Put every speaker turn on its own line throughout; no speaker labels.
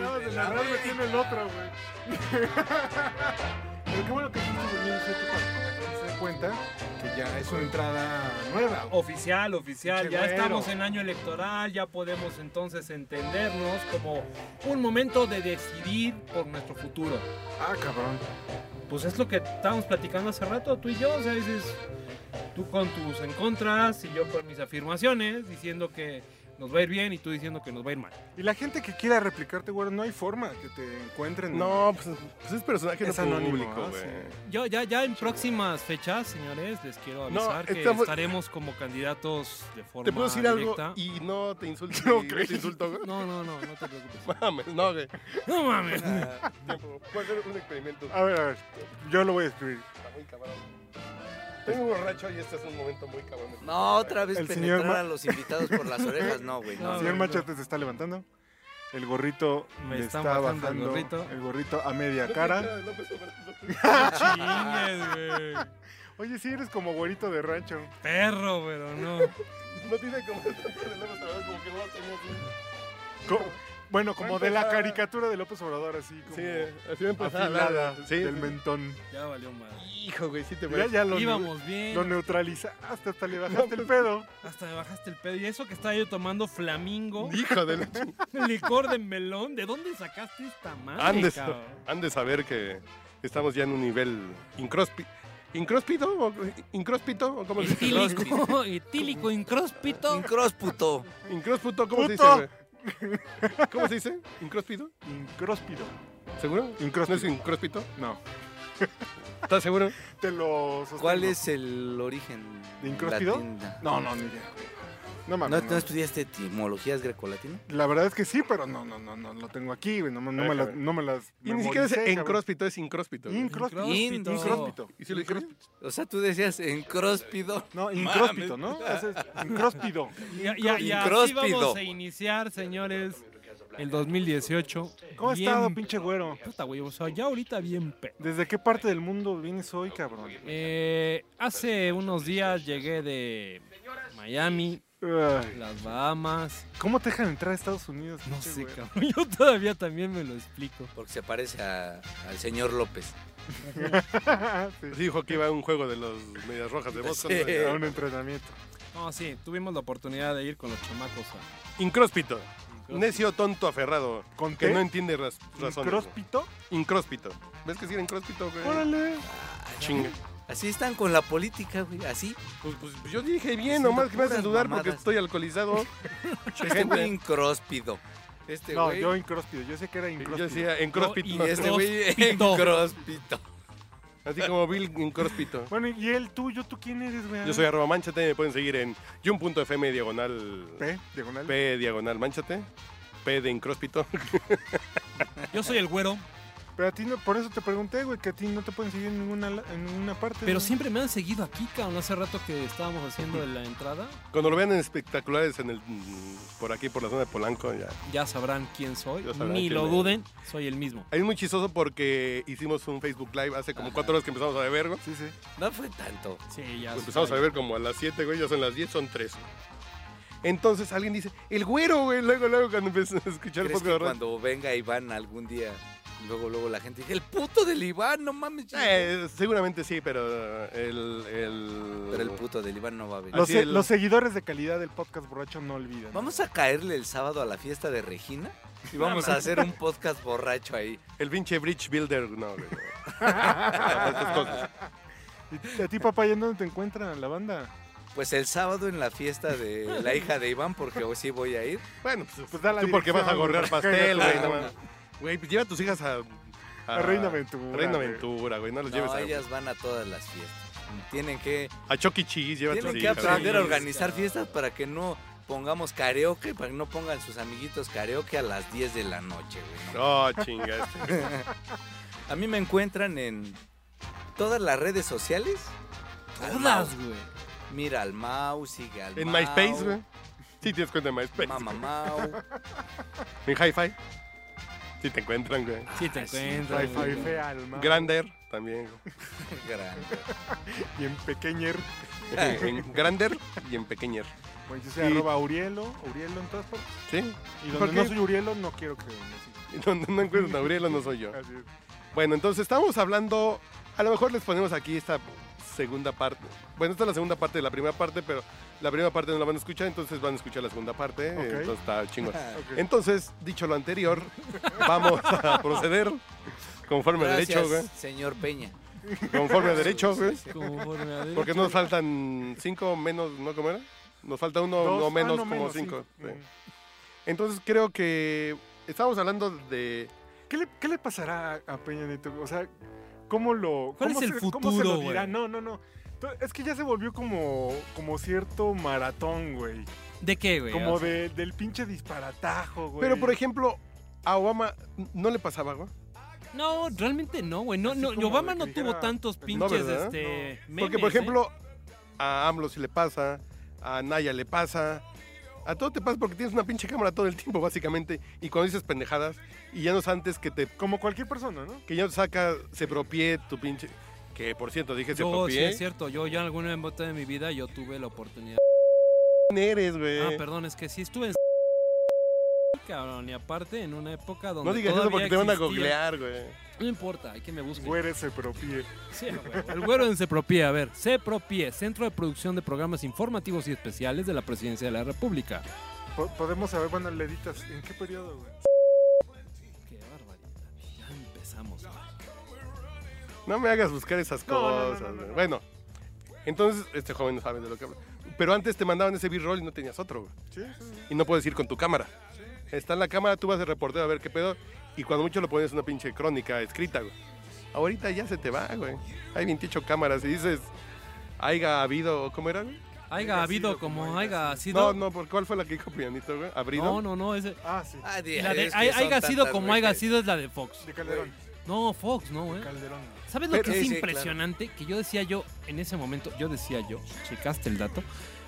la verdad me tiene el otro, güey. Pero qué bueno que fuiste dormido ese tipo se dé cuenta que ya es una entrada nueva. güey.
Oficial, oficial,
Pinche
ya
güero.
estamos en año electoral, ya podemos entonces entendernos como un momento de decidir por nuestro futuro.
Ah, cabrón.
Pues es lo que estábamos platicando hace rato, tú y yo, o sea, dices, tú con tus en contras y yo con mis afirmaciones, diciendo que nos va a ir bien y tú diciendo que nos va a ir mal.
Y la gente que quiera replicarte, güey, no hay forma que te encuentren.
No, pues, pues es personaje
Es
no
anónimo,
público,
ah,
güey.
sí.
Yo, ya, ya en próximas fechas, señores, les quiero
No,
avisar que
estamos-
estaremos como candidatos de forma
Te puedo decir algo
directa.
y no te insulto.
No,
y
ok.
te insulto, güey.
No, no, no, no te preocupes.
Mames, no, güey.
No mames.
Ah, Voy a hacer un experimento.
A ver, a ver. Yo lo voy a escribir.
Ah, Está muy cabrón. Tengo un borracho y este es un momento muy cabrón.
No, otra vez
El señor
penetrar
Ma-
a los invitados por las orejas, no, güey.
No,
No,
El
Ah,
señor
bueno.
Machete se está levantando. El gorrito
Me
le
está
está,
bajando el
bajando
gorrito.
el gorrito a media
No,
cara.
no, no, pues, no, no.
Chingues, güey.
Oye, sí, eres como güerito de rancho.
Perro, pero no.
No tiene como tanto de lejos, pero como que no lo tengo así.
Co- bueno, como de la
empezar.
caricatura del López Obrador, así como
Sí, así me empezaba a hablar,
afilada
güey. Sí,
del
sí. Pues,
mentón.
Ya valió mal.
Hijo, güey, sí te
Ya,
ves.
ya lo,
Íbamos bien.
lo neutralizaste, hasta le bajaste el pedo.
Hasta me bajaste el pedo. Y eso que estaba yo tomando flamingo,
Hijo de la chingada.
licor de melón. ¿De dónde sacaste esta madre,
Han de, sa-
cabrón?
han de saber que estamos ya en un nivel incróspi- incróspito o incróspito o cómo se dice.
Etílico, etílico, incróspito.
Incrósputo.
Incrósputo, ¿cómo se
Puto.
dice? güey? ¿Cómo se dice? ¿Incróspito?
Incróspido.
¿Seguro? ¿No es
Incróspido.
incróspito?
No,
¿Estás seguro?
te lo sostengo.
¿Cuál es el origen?
¿De incróspido?
latín?
No,
No,
no, ni idea. güey. No mames.
¿No,
no.
estudiaste etimologías grecolatinas?
La verdad es que sí, pero no, no, no, no lo tengo aquí, güey. No, me- no
Ah,
me las,
cabrón.
no me las.
Y ni siquiera es
memoricé, cabrón.
encróspito, es incróspito. güey.
Incróspito.
Incróspito.
Incróspito.
¿Y si lo dijeras?
O sea, tú decías encróspido.
No, incróspito, ¿no? Ese es incróspido.
Y, y- y así
Incróspido.
vamos a iniciar, señores, el 2018.
¿Cómo has
Bien-
estado, pinche güero?
Puta, güey, o sea, ya ahorita bien pedo.
¿Desde qué parte del mundo vienes hoy, cabrón?
Eh, hace unos días llegué de Miami,
Ay,
las Bahamas.
¿Cómo te dejan entrar a Estados Unidos?
No
pinche
sé,
güero?
cabrón. Yo todavía también me lo explico.
Porque se parece a- al señor López.
Sí.
Dijo que iba a un juego de los Medias Rojas de Boston.
Sí.
güey.
a un entrenamiento.
No, sí, tuvimos la oportunidad de ir con los chamacos a.
Incróspito. Necio, tonto, aferrado.
¿Con
Que
qué?
no entiende raz- razones. güey.
¿Incróspito?
Incróspito. ¿Ves que sí era incróspito, güey?
¡Órale! Ah,
Chinga.
Así están con la política, güey. Así.
Pues, pues yo dije bien,
Diciendo
nomás que me hacen
puras
dudar porque
mamadas.
estoy alcoholizado.
Este güey
Gente,
incróspido. Este
No,
güey.
yo incróspido. Yo sé que era
yo
incróspido.
decía encróspito.
No,
Y este güey
Incróspito.
incróspito.
Así como Bill encróspito.
Bueno, y el tuyo, ¿tú quién eres, güey?
Yo soy arroba manchate y me pueden seguir en yun.fm diagonal
P, diagonal.
P diagonal manchate. P de incróspito.
Yo soy el güero,
Pero a ti no, por eso te pregunté, güey, que a ti no te pueden seguir en ninguna, la- en ninguna parte.
pero
güey.
siempre me han seguido aquí, cabrón. Hace rato que estábamos haciendo la entrada,
Cuando lo vean en espectaculares en el mm, por aquí, por la zona de Polanco, ya.
ya sabrán quién soy.
Ya sabrán
Ni
quién
lo
es.
duden, soy el mismo.
Ahí es muy chistoso porque hicimos un Facebook Live hace como cuatro horas que empezamos a beber, güey.
Sí, sí.
No fue tanto.
Sí, ya.
Pues empezamos a beber como a las 7, güey, ya son las 10, son 3. Entonces alguien dice, el güero, güey, luego, luego cuando empecé a escuchar el
¿Crees
podcast,
que
de radio.
cuando venga Iván algún día, luego, luego la gente dice, el puto del Iván, no mames. chico".
Eh, seguramente sí, pero el... el...
Pero el puto del Iván no va a venir.
Los,
Así
se-
es, lo-
los seguidores de calidad del podcast borracho no olvidan.
Vamos a caerle el sábado a la fiesta de Regina y vamos a hacer un podcast borracho ahí.
El pinche bridge builder, no, güey. Estas cosas.
¿Y a ti, papá, ¿y en dónde te encuentran la banda?
Pues el sábado en la fiesta de la hija de Iván, porque hoy sí voy a ir.
Bueno, pues,
Pues da la
tú porque vas a
dirección,
gorrear
güey.
pastel, güey.
Cállate,
no
güey.
mames. Güey, pues lleva a tus hijas a...
A Reina Aventura,
Reina
güey.
Aventura, güey. No los Pues lleves
No,
a-
ellas van a todas las fiestas. Tienen que,
a, Chucky Cheese, lleva a tus
tienen que
hijas.
aprender a
güey.
organizar fiestas para que no pongamos karaoke, para que no pongan sus amiguitos karaoke a las 10 de la noche, güey. ¿no?
Oh, chinga. este.
A mí me encuentran en todas las redes sociales. Al
Todas,
Mau.
güey.
Mira al Mau, sigue al
En
Mau,
MySpace, güey. Sí, tienes cuenta en MySpace.
Mama Mau.
En Hi-Fi. Sí, te encuentran, güey.
Sí, te
Ah, sí,
encuentras.
Ay,
güey.
fai, fea, alma.
Grander también. güey.
Gran.
Y en pequeñer.
en Grander y en Pequeñer.
Güey, yo soy
Y-
arroba Urielo, Urielo en todas partes.
Sí.
Y
¿Por
donde
qué?
no soy Urielo, no quiero que me sigan.
Donde no encuentro a Uriel no soy yo.
Así es.
Bueno, entonces estamos hablando. A lo mejor les ponemos aquí esta segunda parte. Bueno, esta es la segunda parte de la primera parte, pero la primera parte no la van a escuchar, entonces van a escuchar la segunda parte. eh,
Ok.
Entonces está chingón.
Ok.
Entonces, dicho lo anterior, vamos a proceder conforme a derecho,
Gracias,
güey.
señor Peña.
Conforme a derecho, güey.
Conforme a
Porque nos faltan cinco menos, ¿no? ¿Cómo era? Nos falta uno,
Dos,
no
ah,
menos, como cinco.
Mm.
sí. Entonces creo que estábamos haando de
¿Qué le, qué le pasará a Peña Nieto? O sea, ¿cómo lo.
¿Cuál
cómo
es el
se- cómo se lo
futuro,
dirá?
güey?
No, no, no. To- Es que ya se volvió como, como cierto maratón, güey.
¿De qué, güey?
Como de, del pinche disparatajo, güey.
Pero por ejemplo, a Obama no le pasaba, güey.
No, realmente no, güey. No,
Así
no,
como
Obama
de
no
que
tuvo
dijera-
tantos
No,
pinches
¿verdad?
este,
Porque
memes,
por
¿eh?
ejemplo, a AMLO sí le pasa, a Naya le pasa, a todo te pasa porque tienes una pinche cámara todo el tiempo básicamente y cuando dices pendejadas y ya no antes que te
Como cualquier persona, ¿no?
que ya no saca se propie tu pinche que por cierto dije se
Yo, sí,
propie.
es cierto. Yo, yo en alguna época de mi vida yo tuve la oportunidad.
¿Quién eres, güey?
Ah, perdón, es que sí estuve en... Cabrón, y aparte en una época donde
no digas eso
todavía
porque te van a
existía-
googlear, güey.
No importa, hay que me busquen.
Güere se propie.
Sí, a huevo. el güero en Cepropie, a ver, Cepropie, Centro de Producción de Programas Informativos y Especiales de la Presidencia de la República.
Po- podemos saber, bueno, le editas. ¿En qué periodo, güey?
Qué barbaridad, ya empezamos. mal.
No me hagas buscar esas
No, no, no, no,
cosas.
no,
güey.
no.
Bueno, entonces este joven no sabe de lo que habla. Pero antes te mandaban ese B-roll y no tenías otro, güey.
Sí, sí, sí.
Y no puedes ir con tu cámara. Está en la cámara, tú vas de reportero a ver qué pedo. Y cuando mucho lo pones una pinche crónica escrita, güey. Ahorita ya se te va, güey. Hay 28 cámaras y dices, haiga habido, ¿cómo era? güey?
Haiga habido como haiga
No,
sido.
no, ¿por cuál fue la que dijo Pianito, güey? ¿Abrido?
no, no, no, ese-
Ah, sí.
Ah, di-
la de-
es que
hay-
son
haiga sido
tantas,
como
güey,
haiga
que-
sido es la de Fox.
De Calderón.
No, Fox, no, eh.
De
güey.
Calderón.
¿Sabes lo que
Sí,
es
sí,
impresionante? Que yo decía yo, en ese momento, yo decía yo, checaste el dato,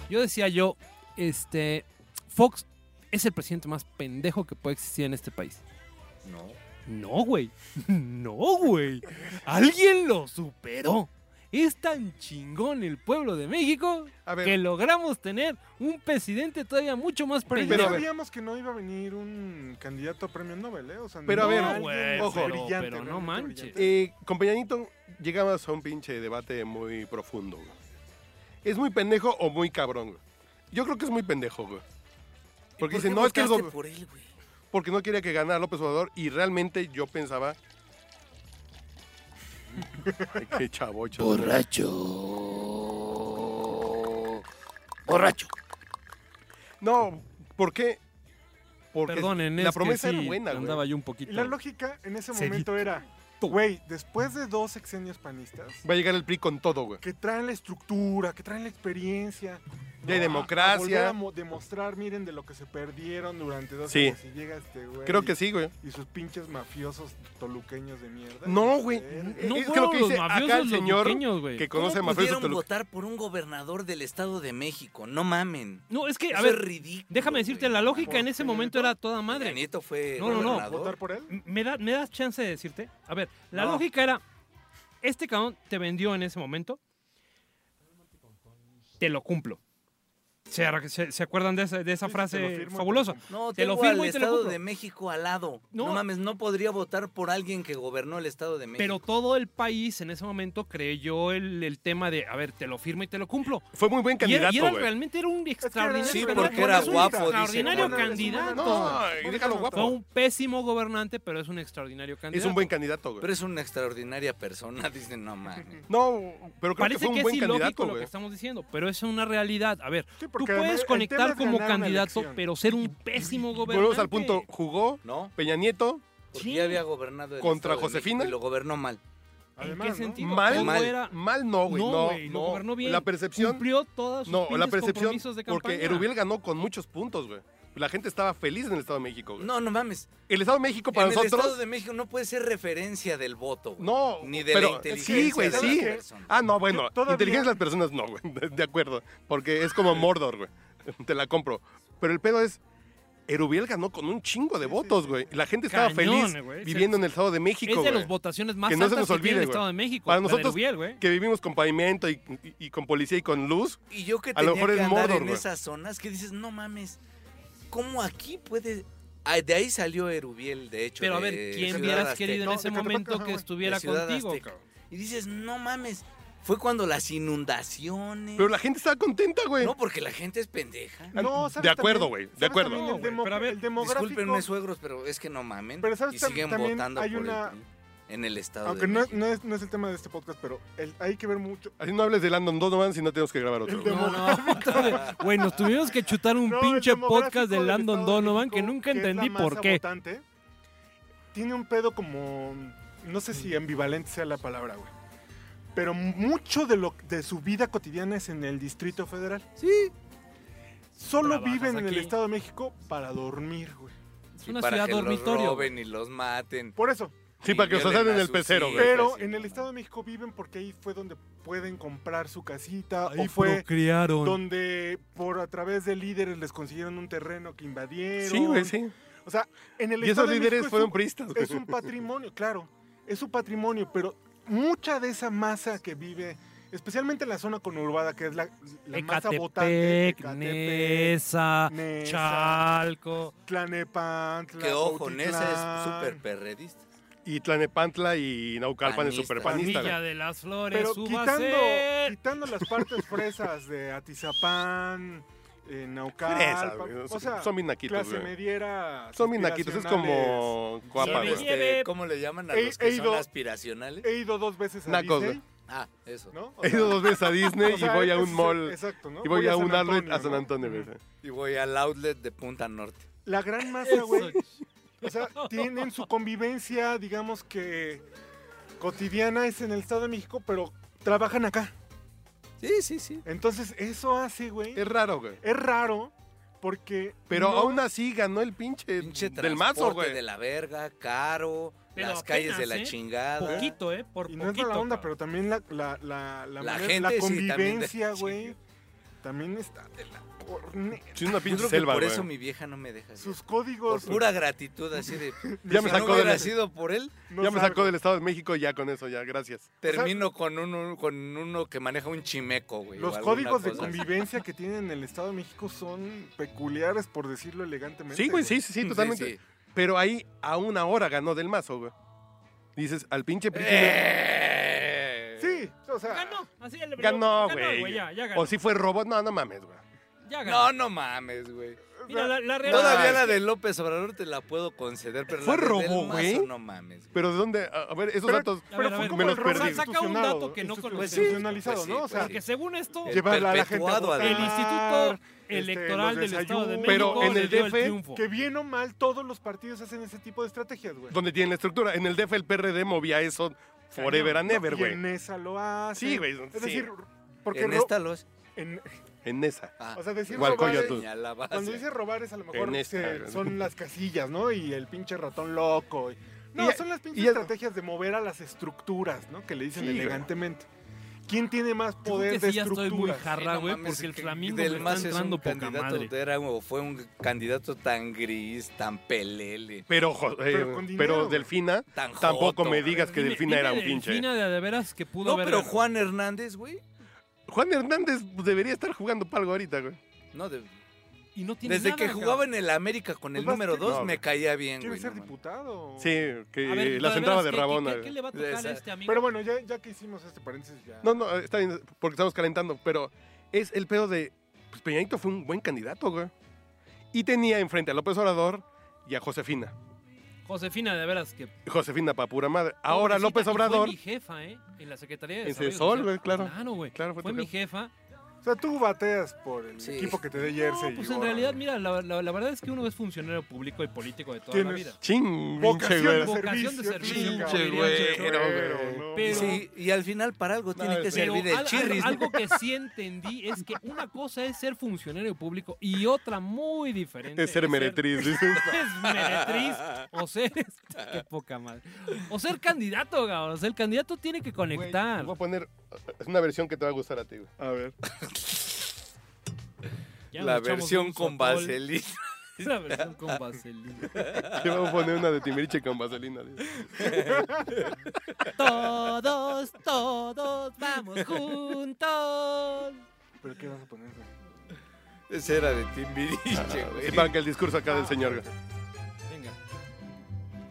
yo decía yo, este, Fox es el presidente más pendejo que puede existir en este país.
No.
No, güey. No, güey. Alguien lo superó. Es tan chingón el pueblo de México
A ver,
que logramos tener un presidente todavía mucho más
Pero,
pendejo.
ya
a ver.
sabíamos que no iba a venir un candidato a premio Nobel, ¿eh? O sea,
Pero a ver,
alguien
güey,
brillante,
pero-
brillante,
pero no
realmente
manches.
brillante.
eh, con Peñanito llegabas a un pinche debate muy profundo, güey. ¿Es muy pendejo o muy cabrón, güey? Yo creo que es muy pendejo, güey. Porque
¿Por qué
dicen, no, es que el
votaste
gob-
por él, güey?
porque no quería que ganara López Obrador y realmente yo pensaba. Ay, Qué chavocho.
Borracho. Borracho.
No, ¿por qué? Porque
Perdonen,
la
es que
promesa
este sí,
era buena, güey.
andaba yo un
Y
poquito.
la lógica en ese
Cedito.
momento era, güey, después de dos sexenios panistas,
Va a llegar el PRI con todo, güey.
que traen la estructura, que traen la experiencia.
Ya hay
¿no? A-
democracia.
A, volver a mo- demostrar, miren, de lo que se perdieron durante dos
Sí.
años. Y llega este güey.
Creo que sí, güey.
Y sus pinches mafiosos toluqueños de mierda.
No, güey.
Verga.
No
es que
fueron
lo que
los
dice acá el
mafiosos los
señor
duqueños, güey.
Que
¿Cómo
conoce a Mafiosos
pudieron
Toluca.
votar por un gobernador del Estado de México? No mamen.
No, es que, a
Eso es
ver,
ridículo.
déjame decirte,
güey.
la lógica en
Por
ese momento era toda madre.
Peña Nieto fue
No, no, no,
gobernador.
¿Votar por él?
M- ¿Me, da- ¿Me das chance de decirte? A ver, la
No.
lógica era, este cabrón te vendió en ese momento, te lo cumplo. ¿Se, ar- se- se acuerdan de esa, de esa
Sí, sí, te lo
frase
firmo,
fabulosa?
te lo
No,
Te lo
tengo
firmo
al
y te lo
Estado
cumplo.
de México al lado. No.
No.
mames, no podría votar por alguien que gobernó el Estado de México.
Pero todo el país en ese momento creyó el, el tema de, a ver, te lo firmo y te lo cumplo.
Fue muy buen
Y era,
candidato,
y era
güey.
realmente era un
Es que era
extraordinario
eso,
Sí,
era
porque
bueno,
era
es un
guapo, dice
extraordinario
Juan.
candidato.
No, y déjalo guapo.
Fue un pésimo gobernante, pero es un extraordinario
Es
candidato.
un buen candidato, güey.
Pero es una extraordinaria persona, dicen, no mames.
No, pero creo que
Parece
fue un
que,
buen
es
candidato,
ilógico lo que
güey.
estamos diciendo, pero es una realidad. A ver,
Sí,
Tú
porque además
puedes
el tema
conectar
es
como
ganar una
candidato,
elección.
pero ser un pésimo gobernante.
Volvemos al punto. Jugó
¿No?
Peña Nieto
Porque
Sí.
ya había gobernado el
Contra
Estado de
Josefina.
México Y lo gobernó mal.
Además,
qué
¿no?
sentido?
mal,
¿Cómo
mal,
era?
mal no, güey.
No,
No,
güey, lo
no.
gobernó bien.
La percepción.
Cumplió todas sus
No, la percepción.
compromisos de campaña.
Porque Erubiel ganó con muchos puntos, güey. La gente estaba feliz en el Estado de México, güey.
No, no mames.
El Estado de México para
en el
nosotros.
Estado de México no puede ser referencia del voto. güey.
No,
Ni de
pero- eh,
la inteligencia.
Sí, güey,
de
sí.
la persona.
Ah, no, bueno.
Yo todavía-
Inteligencia de las personas, no, güey. De, de acuerdo. Porque es como Mordor, güey. Te la compro. Pero el pedo es. Erubiel ganó con un chingo de votos, güey. La gente estaba
Cañón,
feliz
güey.
viviendo en el Estado de México,
es de
güey.
las votaciones más
Que no se nos
altas que tiene
olvide,
el
güey.
Estado de México.
Para
la de
nosotros-
Erubiel, güey.
Que vivimos con pavimento y, y- y con policía y con luz.
Y yo que
A lo
tenía
mejor
que
es
andar
Mordor,
en
güey.
esas zonas que dices, no mames, ¿cómo aquí puede Ah, de ahí salió Erubiel, de hecho.
Pero a
de
ver, ¿quién
Ciudad
hubieras
Azteca.
querido en
No,
ese
de Catemaco,
momento
ajá,
que
güey.
estuviera
De Ciudad
contigo?
Azteca.
cabrón?
Y dices, no mames, fue cuando las inundaciones.
Pero la gente estaba contenta, güey.
No, porque la gente es pendeja.
No,
¿sabes
de acuerdo,
también?
güey, de
¿Sabes
acuerdo.
también
No,
el,
güey,
demo-
pero a ver,
el demográfico.
Discúlpenme, suegros, pero es que no mamen.
Pero ¿sabes
y
tam-
siguen
también
votando
hay
por
una-
el PRI en el estado
aunque
de
no,
México.
no es, no es el tema de este podcast, pero el- hay que ver mucho.
Así no hables de Landon 2 nomás si no tenemos que grabar otro.
El
güey.
No, no, entonces, güey, nos tuvimos que chutar un
No, el
pinche
demográfico
podcast de
del
Landon
Estado de
Donovan
México,
que nunca
es la
entendí
masa
por qué.
votante, tiene un pedo como. No sé si ambivalente sea la palabra, güey. Pero mucho de, lo, de su vida cotidiana es en el Distrito Federal.
Sí,
Solo
Trabajas
viven en el
aquí.
Estado de México para dormir, güey.
es
Y
una
para
ciudad
que
dormitorio.
Los roben y los maten.
Por eso.
Sí, para que os
Violen
asaden en
a
el
sus
pecero,
hijos.
güey.
Pero
sí,
en el
no.
Estado de México viven porque ahí fue donde pueden comprar su casita
Ahí
o fue
procrearon.
donde por a través de líderes les consiguieron un terreno que invadieron.
Sí, güey, sí.
O sea, en el
Y
Estado
esos
de
líderes
México
fueron
es
priistas,
un,
güey.
es un patrimonio, claro, es un patrimonio, pero mucha de esa masa que vive, especialmente en la zona conurbada, que es la, la masa votante,
Ecatepec,
Ecatepec,
Nesa,
Nesa,
Chalco.
Tlanepantla,
Que ojo, Nesa es
Cuautitlán.
súper perredista.
Y Tlanepantla y Naucalpan es
Panista.
superpanista,
Villa
güey.
de las Flores,
Pero quitando,
Ubacel.
quitando las partes fresas de Atizapán, eh,
Fresas,
Naucalpan,
güey.
o sea,
Son minaquitos,
clase
güey.
mediera.
Son minaquitos, es como guapa,
Sí,
güey.
sí. lleve-
Este, ¿Cómo le llaman a
He-
los que
he ido-
son aspiracionales?
He ido dos veces a
Nacos,
Disney,
Ah, eso.
¿no? O
He ido
sea,
dos veces a Disney
o sea,
y voy a
ese
un
es-
mall.
Exacto, ¿no?
Y voy a un outlet
Arlet
a San Antonio, güey.
Y voy al outlet de Punta Norte.
La gran masa, güey,
Eso.
o sea, tienen su convivencia, digamos que cotidiana es en el Estado de México, pero trabajan acá.
Sí, sí, sí.
Entonces, eso hace, güey,
Es raro, güey.
es raro porque...
Pero
no-
aún así ganó el pinche,
Pinche
del mazo,
transporte
güey.
de la verga, caro,
Pero
las
apenas,
calles de la
¿eh?
chingada.
Poquito, ¿eh? Por
Y
poquito.
no es mala onda,
cabrón.
pero también la, la, la, la,
La
manera-
gente sí, también de-
convivencia,
sí.
güey, también está de la corne-
Sí, una
Yo
pinche
creo
selva,
que por
güey.
eso mi vieja no me deja.
Sus
Por
códigos.
pura gratitud, así de.
Ya me
si
sacó
no hubiera
del-
sido por él,
no
ya me
salgo.
sacó del Estado de México, ya con eso, ya, gracias.
termino con, uno, con uno que maneja un chimeco, güey. o
Los
alguna
códigos de
cosa así.
convivencia que tienen en el Estado de México son peculiares, por decirlo elegantemente.
Sí, güey, sí, sí, sí,
Sí,
totalmente.
sí.
Pero ahí a una hora ganó del mazo, güey. Dices, al pinche PRI.
¡Eh!
Sí, o sea,
Ganó, así ya le brilló.
Ganó,
güey.
güey.
Ya, ya ganó.
O si fue robot, no, no mames, güey.
Ya ganó.
No, no mames, güey.
o
Mira,
sea,
la, la realidad.
Todavía la de López Obrador te la puedo conceder, pero
Fue
la del
robo,
Mazo,
güey.
No mames. güey.
Pero de dónde, a, a ver, esos
Pero-
datos.
A ver, a
fue
ver,
como
me
el
los
robo
perdí.
Saca un dato que no
institucionalizado,
conoces.
institucionalizado,
Pues sí,
¿no, o
pues
sea,
Porque según esto,
El
llevar a la gente a
perpetuado
votar,
al-
el Instituto
este,
Electoral
los
del Estado de
desayunos.
México
Pero en
le
el
dio
DF,
triunfo.
que bien o mal todos los partidos hacen ese tipo de estrategias, güey.
Donde tienen la estructura. En el DF el PRD movía eso forever and
No,
ever,
y
güey.
En esa lo hace.
Sí, güey,
Es
sí.
decir, porque
en
ro-
esta los.
en-
En esa.
Ah,
o sea, decir
Igual,
robar
coño,
es-
tú.
señala base.
Cuando dice robar es a lo mejor
En esta,
se-
güey.
son las casillas, ¿no? Y el pinche ratón loco. y- No,
Y-
son las pinches
y-
estrategias de mover a las estructuras, ¿no? Que le dicen
Sí, güey.
elegantemente. ¿Quién tiene más
Yo creo
poder
que
de
sí ya estoy muy
estructuras?
jarra,
Sí, no
güey,
mames,
porque el
que
Flamingo me
Del
está
Mazo es un
entrando poca
candidato
madre.
Era, o fue un candidato tan gris, tan pelele,
Pero, jo- eh,
Pero
pero,
con dinero, güey.
Delfina,
tan
tampoco
joto,
me
güey.
digas que
Dime-
Delfina era un
dime
pinche.
Delfina de, a de veras que pudo
No,
haber
pero
ganado.
Juan Hernández, güey.
Juan Hernández debería estar jugando palgo ahorita, güey.
No, de-
Y no tiene
desde
nada,
que
cabrón.
jugaba en el América con el
Pues vas-
número 2
No,
me
güey.
caía bien,
¿Quiere
güey.
ser
no mames.
diputado?
Sí, que
A ver,
la
de
centraba
veras,
de
¿qué- qué-
Rabona.
¿qué,
güey.
qué le va a tocar
Esa-
a este amigo?
Pero bueno, ya, ya que hicimos este paréntesis, ya.
No, no, está bien, porque estamos calentando, pero es el pedo de. Pues Peñanito fue un buen candidato, güey. Y tenía enfrente a López Obrador y a Josefina.
Josefina, de veras que.
Josefina, pa' pura madre. Ahora
Pobrecita,
López
que
Obrador.
Fue mi jefa, ¿eh? En la Secretaría de
En
Desarrollo
Cesol,
Social.
güey, claro.
Claro, güey.
Claro,
fue
fue tu
mi jefa.
O sea, tú bateas por el
Sí.
equipo que te dé jersey.
No, pues
y
en
gorra,
realidad,
güey.
mira, la, la- la verdad es que uno es funcionario público y político de toda la
Tienes
vida.
Ching, pinche
Vocación de
güey.
Vocación
servicio.
de servicio,
chinga,
como diría el
güero,
güero,
güey.
¿no?
Pero-
Sí, y al final para algo tiene que
es-
Pero
servir el
al-
chirris.
al- algo que sí entendí es que una cosa es ser funcionario público y otra muy diferente
Es ser meretriz, dices.
es meretriz o ser este, qué poca madre. O ser candidato, cabrón. O sea, el candidato tiene que conectar.
Voy a poner. Es una versión que te va a gustar a ti, güey.
A ver.
Ya
La
nos echamos
versión
un
con
sotol.
vaselina.
La versión con vaselina.
Te voy a poner una de Timbiriche con vaselina. dice.
Todos, todos vamos juntos.
¿Pero qué vas a poner, güey?
Esa era de Timbiriche, güey.
Ah, Y para que el discurso acá del señor, güey.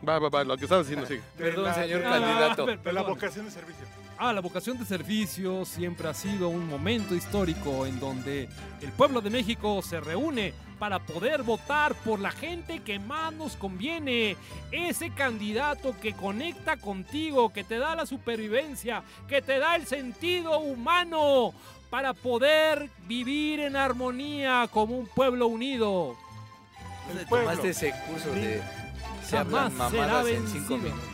Va, va, va, lo que estás haciendo, sigue.
De
Perdón,
la-
señor
de-
candidato.
per-
De la
perdón.
vocación de servicio.
Ah, la vocación de servicio siempre ha sido un momento histórico en donde el pueblo de México se reúne para poder votar por la gente que más nos conviene. Ese candidato que conecta contigo, que te da la supervivencia, que te da el sentido humano para poder vivir en armonía como un pueblo unido.
El
Tomaste
pueblo.
ese curso de se
Jamás
hablan
será
mamadas en cinco
vencido.
minutos.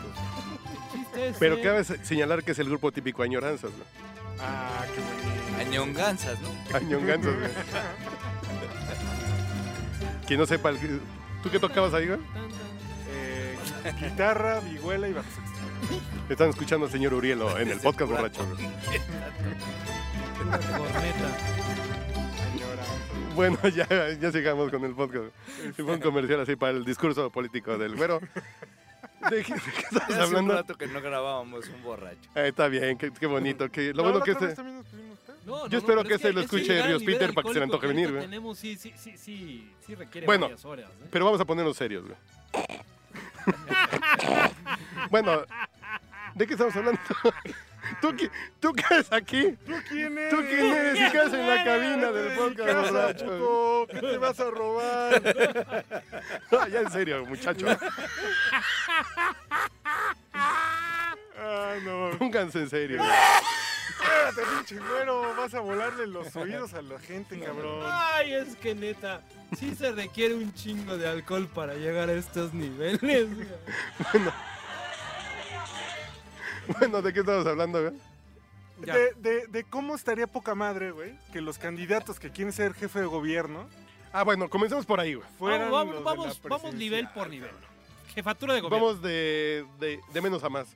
El chiste es
Pero
ser-
cabe se- señalar que es el grupo típico Añoranzas, ¿no?
Ah, qué bonito.
Añonganzas, ¿no?
Añonganzas, güey. Quien no sepa, el- ¿tú qué tocabas ahí, güey?
Tan, tan.
Eh, guitarra, vihuela y bajo sexto.
Están escuchando al señor Urielo en el podcast borracho, güey.
Corneta.
Señora.
Bueno, ya, ya sigamos con el podcast. Fue un comercial así para el discurso político del güero. ¿De qué, de qué estabas
Hace un
hablando?
rato que no grabábamos un borracho.
Ah, está bien, qué, qué bonito. qué- lo
No,
bueno
la
que
otra vez
este...
también nos pusimos ustedes.
No, no,
Yo
no,
espero
pero
que este lo
es
escuche
llegar al
Ríos
nivel
Peter para que se le antoje
alcohólico que
venir,
ahorita
¿ve?
Tenemos, sí, sí, sí, sí, sí requiere
Bueno.
varias horas. ¿eh?
Pero vamos a ponernos serios, güey. bueno, ¿de qué estamos hablando? ¿Tú, qué- ¿Tú qué haces aquí?
¿Quién eres?
¿Tú quién eres? ¿Y qué haces en la cabina
¿Qué
del
te
podcast
dedicas,
borracho?
puto? ¿Qué te vas a robar?
No, ya en serio, muchacho.
Ah, no.
Pónganse en serio.
Espérate, pinche güero. Vas a volarle los oídos a la gente, cabrón.
Ay, es que neta, sí se requiere un chingo de alcohol para llegar a estos niveles. güey.
Bueno, ¿de qué estamos hablando, güey?
Ya.
De, de- de cómo estaría poca madre, güey, que los candidatos que quieren ser jefe de gobierno
Ah, bueno, comencemos por ahí, güey.
fueran.
vamos,
los de la
vamos, vamos nivel
presidencia.
Ah,
por nivel. Jefatura de gobierno.
Vamos de, de, de menos a más.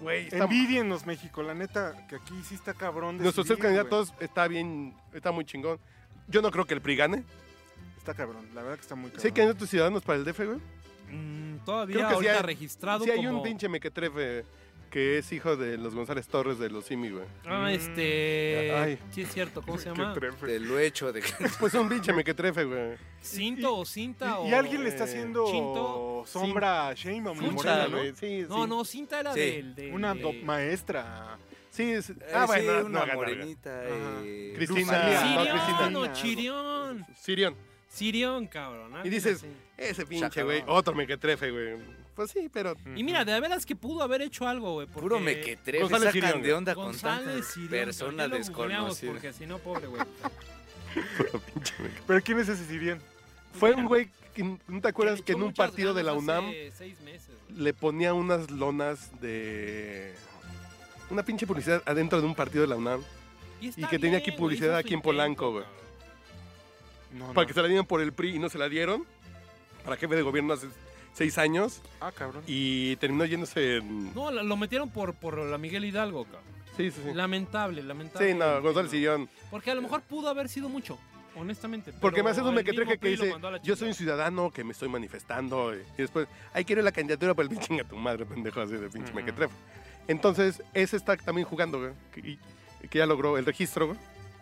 Güey, está-
Envidienos, México, la neta, que aquí sí está cabrón.
nuestros tres
decidir,
candidatos está bien, está muy chingón. Yo no creo que el PRI gane.
güey. Está cabrón, la verdad que está muy cabrón.
¿Sí hay candidatos ciudadanos para el DF, güey?
Mm,
Creo
todavía
que sí
ahorita
hay-
registrado
Sí, hay
como...
un pinche mequetrefe que es hijo de los González Torres de los Simi, güey.
Ah, este...
Mm, Ay.
Sí es cierto, ¿cómo se
Qué
llama?
trefe.
Te lo he hecho de
Pues un pinche mequetrefe, güey.
¿Cinto o cinta
Y,
o...?
y alguien le está
eh,
haciendo
Chinto,
sombra a Sheinbaum y
Fucha,
Morena, ¿no?
güey. Sí, sí.
No, eh, no, cinta era
Sí.
del... del-
Una
de-
do- maestra.
Sí, es...
Eh,
Ah,
sí,
bueno, no, no
una
gana, güey.
morenita.
Ajá.
eh,
Cristina,
Lucía.
no,
Cristina.
Cristina.
Sirión, Chirión.
Sirión.
Sirión, cabrón. ah,
Y dices,
fíjate.
Ese pinche,
Chacarrón.
güey. Otro mequetrefe, güey. Pues sí, pero...
Y mira, de verdad es que pudo haber hecho algo, güey.
Puro
porque-
mequetrefe,
González
sacan
Sirión,
de onda con
González
tantas
Sirión,
persona
ya lo googleamos
desconocida.
Porque si no, pobre, güey.
Puro pinche mequetrefe.
¿Pero quién es ese Sirian?
Fue un güey, que- ¿no te acuerdas
Le
que
echó
en un
muchas
partido de la
ganas
UNAM
hace seis meses, güey.
le ponía unas lonas de... Una pinche publicidad adentro de un partido de la UNAM
está
y que tenía
bien,
aquí
güey,
publicidad
hizo su
aquí en
intento,
Polanco, güey.
cabrón.
No, no.
para que se la dieran por el PRI y no se la dieron. Para jefe de gobierno hace seis años
Ah, cabrón.
y terminó yéndose en...
No, la- lo metieron por, por la Miguel Hidalgo, cabrón.
Sí, sí, sí.
Lamentable, lamentable.
Sí, no, González Sillón.
Porque a lo mejor pudo haber sido mucho, honestamente.
Porque
pero
me hace un
el
mequetreje
mismo
que
PRI lo
dice,
mandó a la
yo soy un
chingada.
ciudadano que me estoy manifestando. Y después, ahí quiero la candidatura para el pinche a tu madre, pendejo, así de pinche
Ujú.
mequetrefe. Entonces, ese está también jugando, güey, que, y- que ya logró el registro, güey.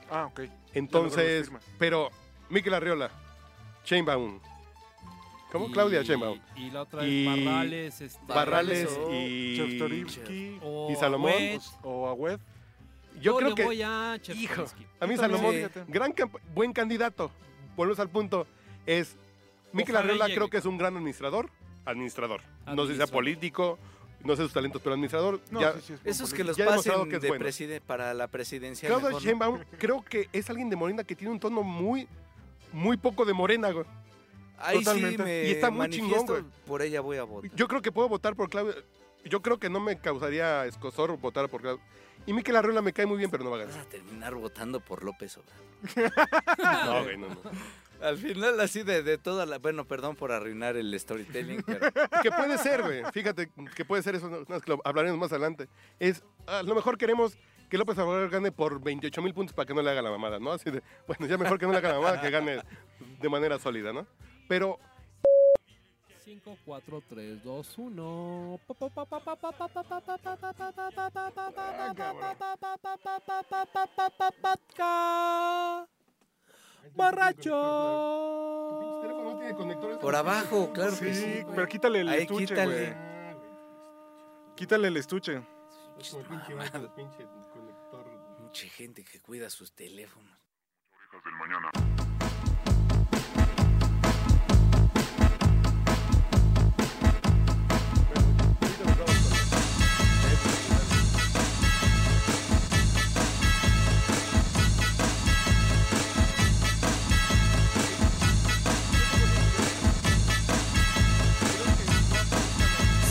Ah, ok.
Entonces,
Ya logró las firmas.
pero, Miquel Arriola, Chainbaum. ¿Cómo? Claudia
Y-
Sheinbaum.
Y la otra
Y-
es Barrales, este...
Barrales
Barrales o
y...
Chaftorivsky
o
y Salomón,
Agüed.
pues, o Agüed.
Yo creo
le
que...
voy a
Hijo,
Chertorivsky.
a mí
Yo también,
Salomón,
fíjate.
gran camp- buen candidato. Volvemos al punto. Es Miquel
Ojalá
Arriola
llegue.
creo que es un gran administrador. Administrador. No sé si sea
Administrador.
político, no sé sus talentos, pero administrador.
No,
ya.
sí, sí, es buen
Esos que
político.
los
Ya he demostrado
pasen
que es
de
bueno.
preside- para la presidencia.
Claudia
mejor, ¿no?
Sheinbaum creo que es alguien de Morena que tiene un tono muy, muy poco de Morena. güey.
Ahí
Totalmente.
sí me
Y está muy chingón,
manifiesto,
güey.
Por ella voy a votar.
Yo creo que puedo votar por Claudia. Yo creo que no me causaría escosor votar por Claudia. Y Miquel Arriola me cae muy bien, pero no va a
Vas
ganar.
a terminar votando por López Obrador.
No, güey, no, no.
Al final así de, de toda la... Bueno, perdón por arruinar el storytelling, pero
Que puede ser, güey. Fíjate que puede ser eso. no, no, es que lo hablaremos más adelante. Es, a lo mejor queremos que López Obrador gane por 28 mil puntos para que no le haga la mamada, ¿no? Así de, bueno, ya mejor que no le haga la mamada, que gane de manera sólida, ¿no? Pero
5, 4, 3, 2, 1. Borracho.
el conector.
Por abajo, claro que sí.
Sí,
güey.
pero quítale el
Ahí
estuche,
quítale.
güey. Quítale el estuche.
pinche conector.
Mucha gente que cuida sus teléfonos.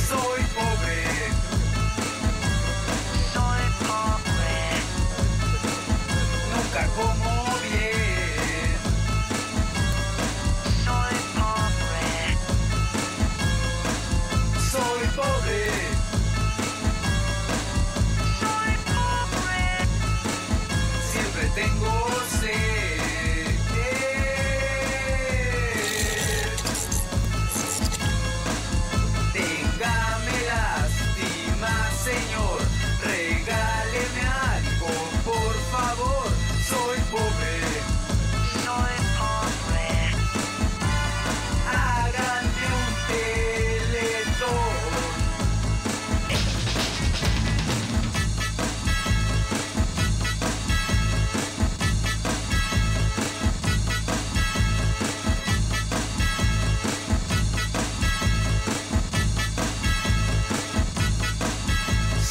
Soy pobre. Soy pobre. Nunca como bien. Soy pobre. Soy pobre. Soy pobre. Siempre tengo sed. Téngame lástima, señor. Regáleme algo, por favor. Soy pobre. Soy pobre. Háganme un teletón.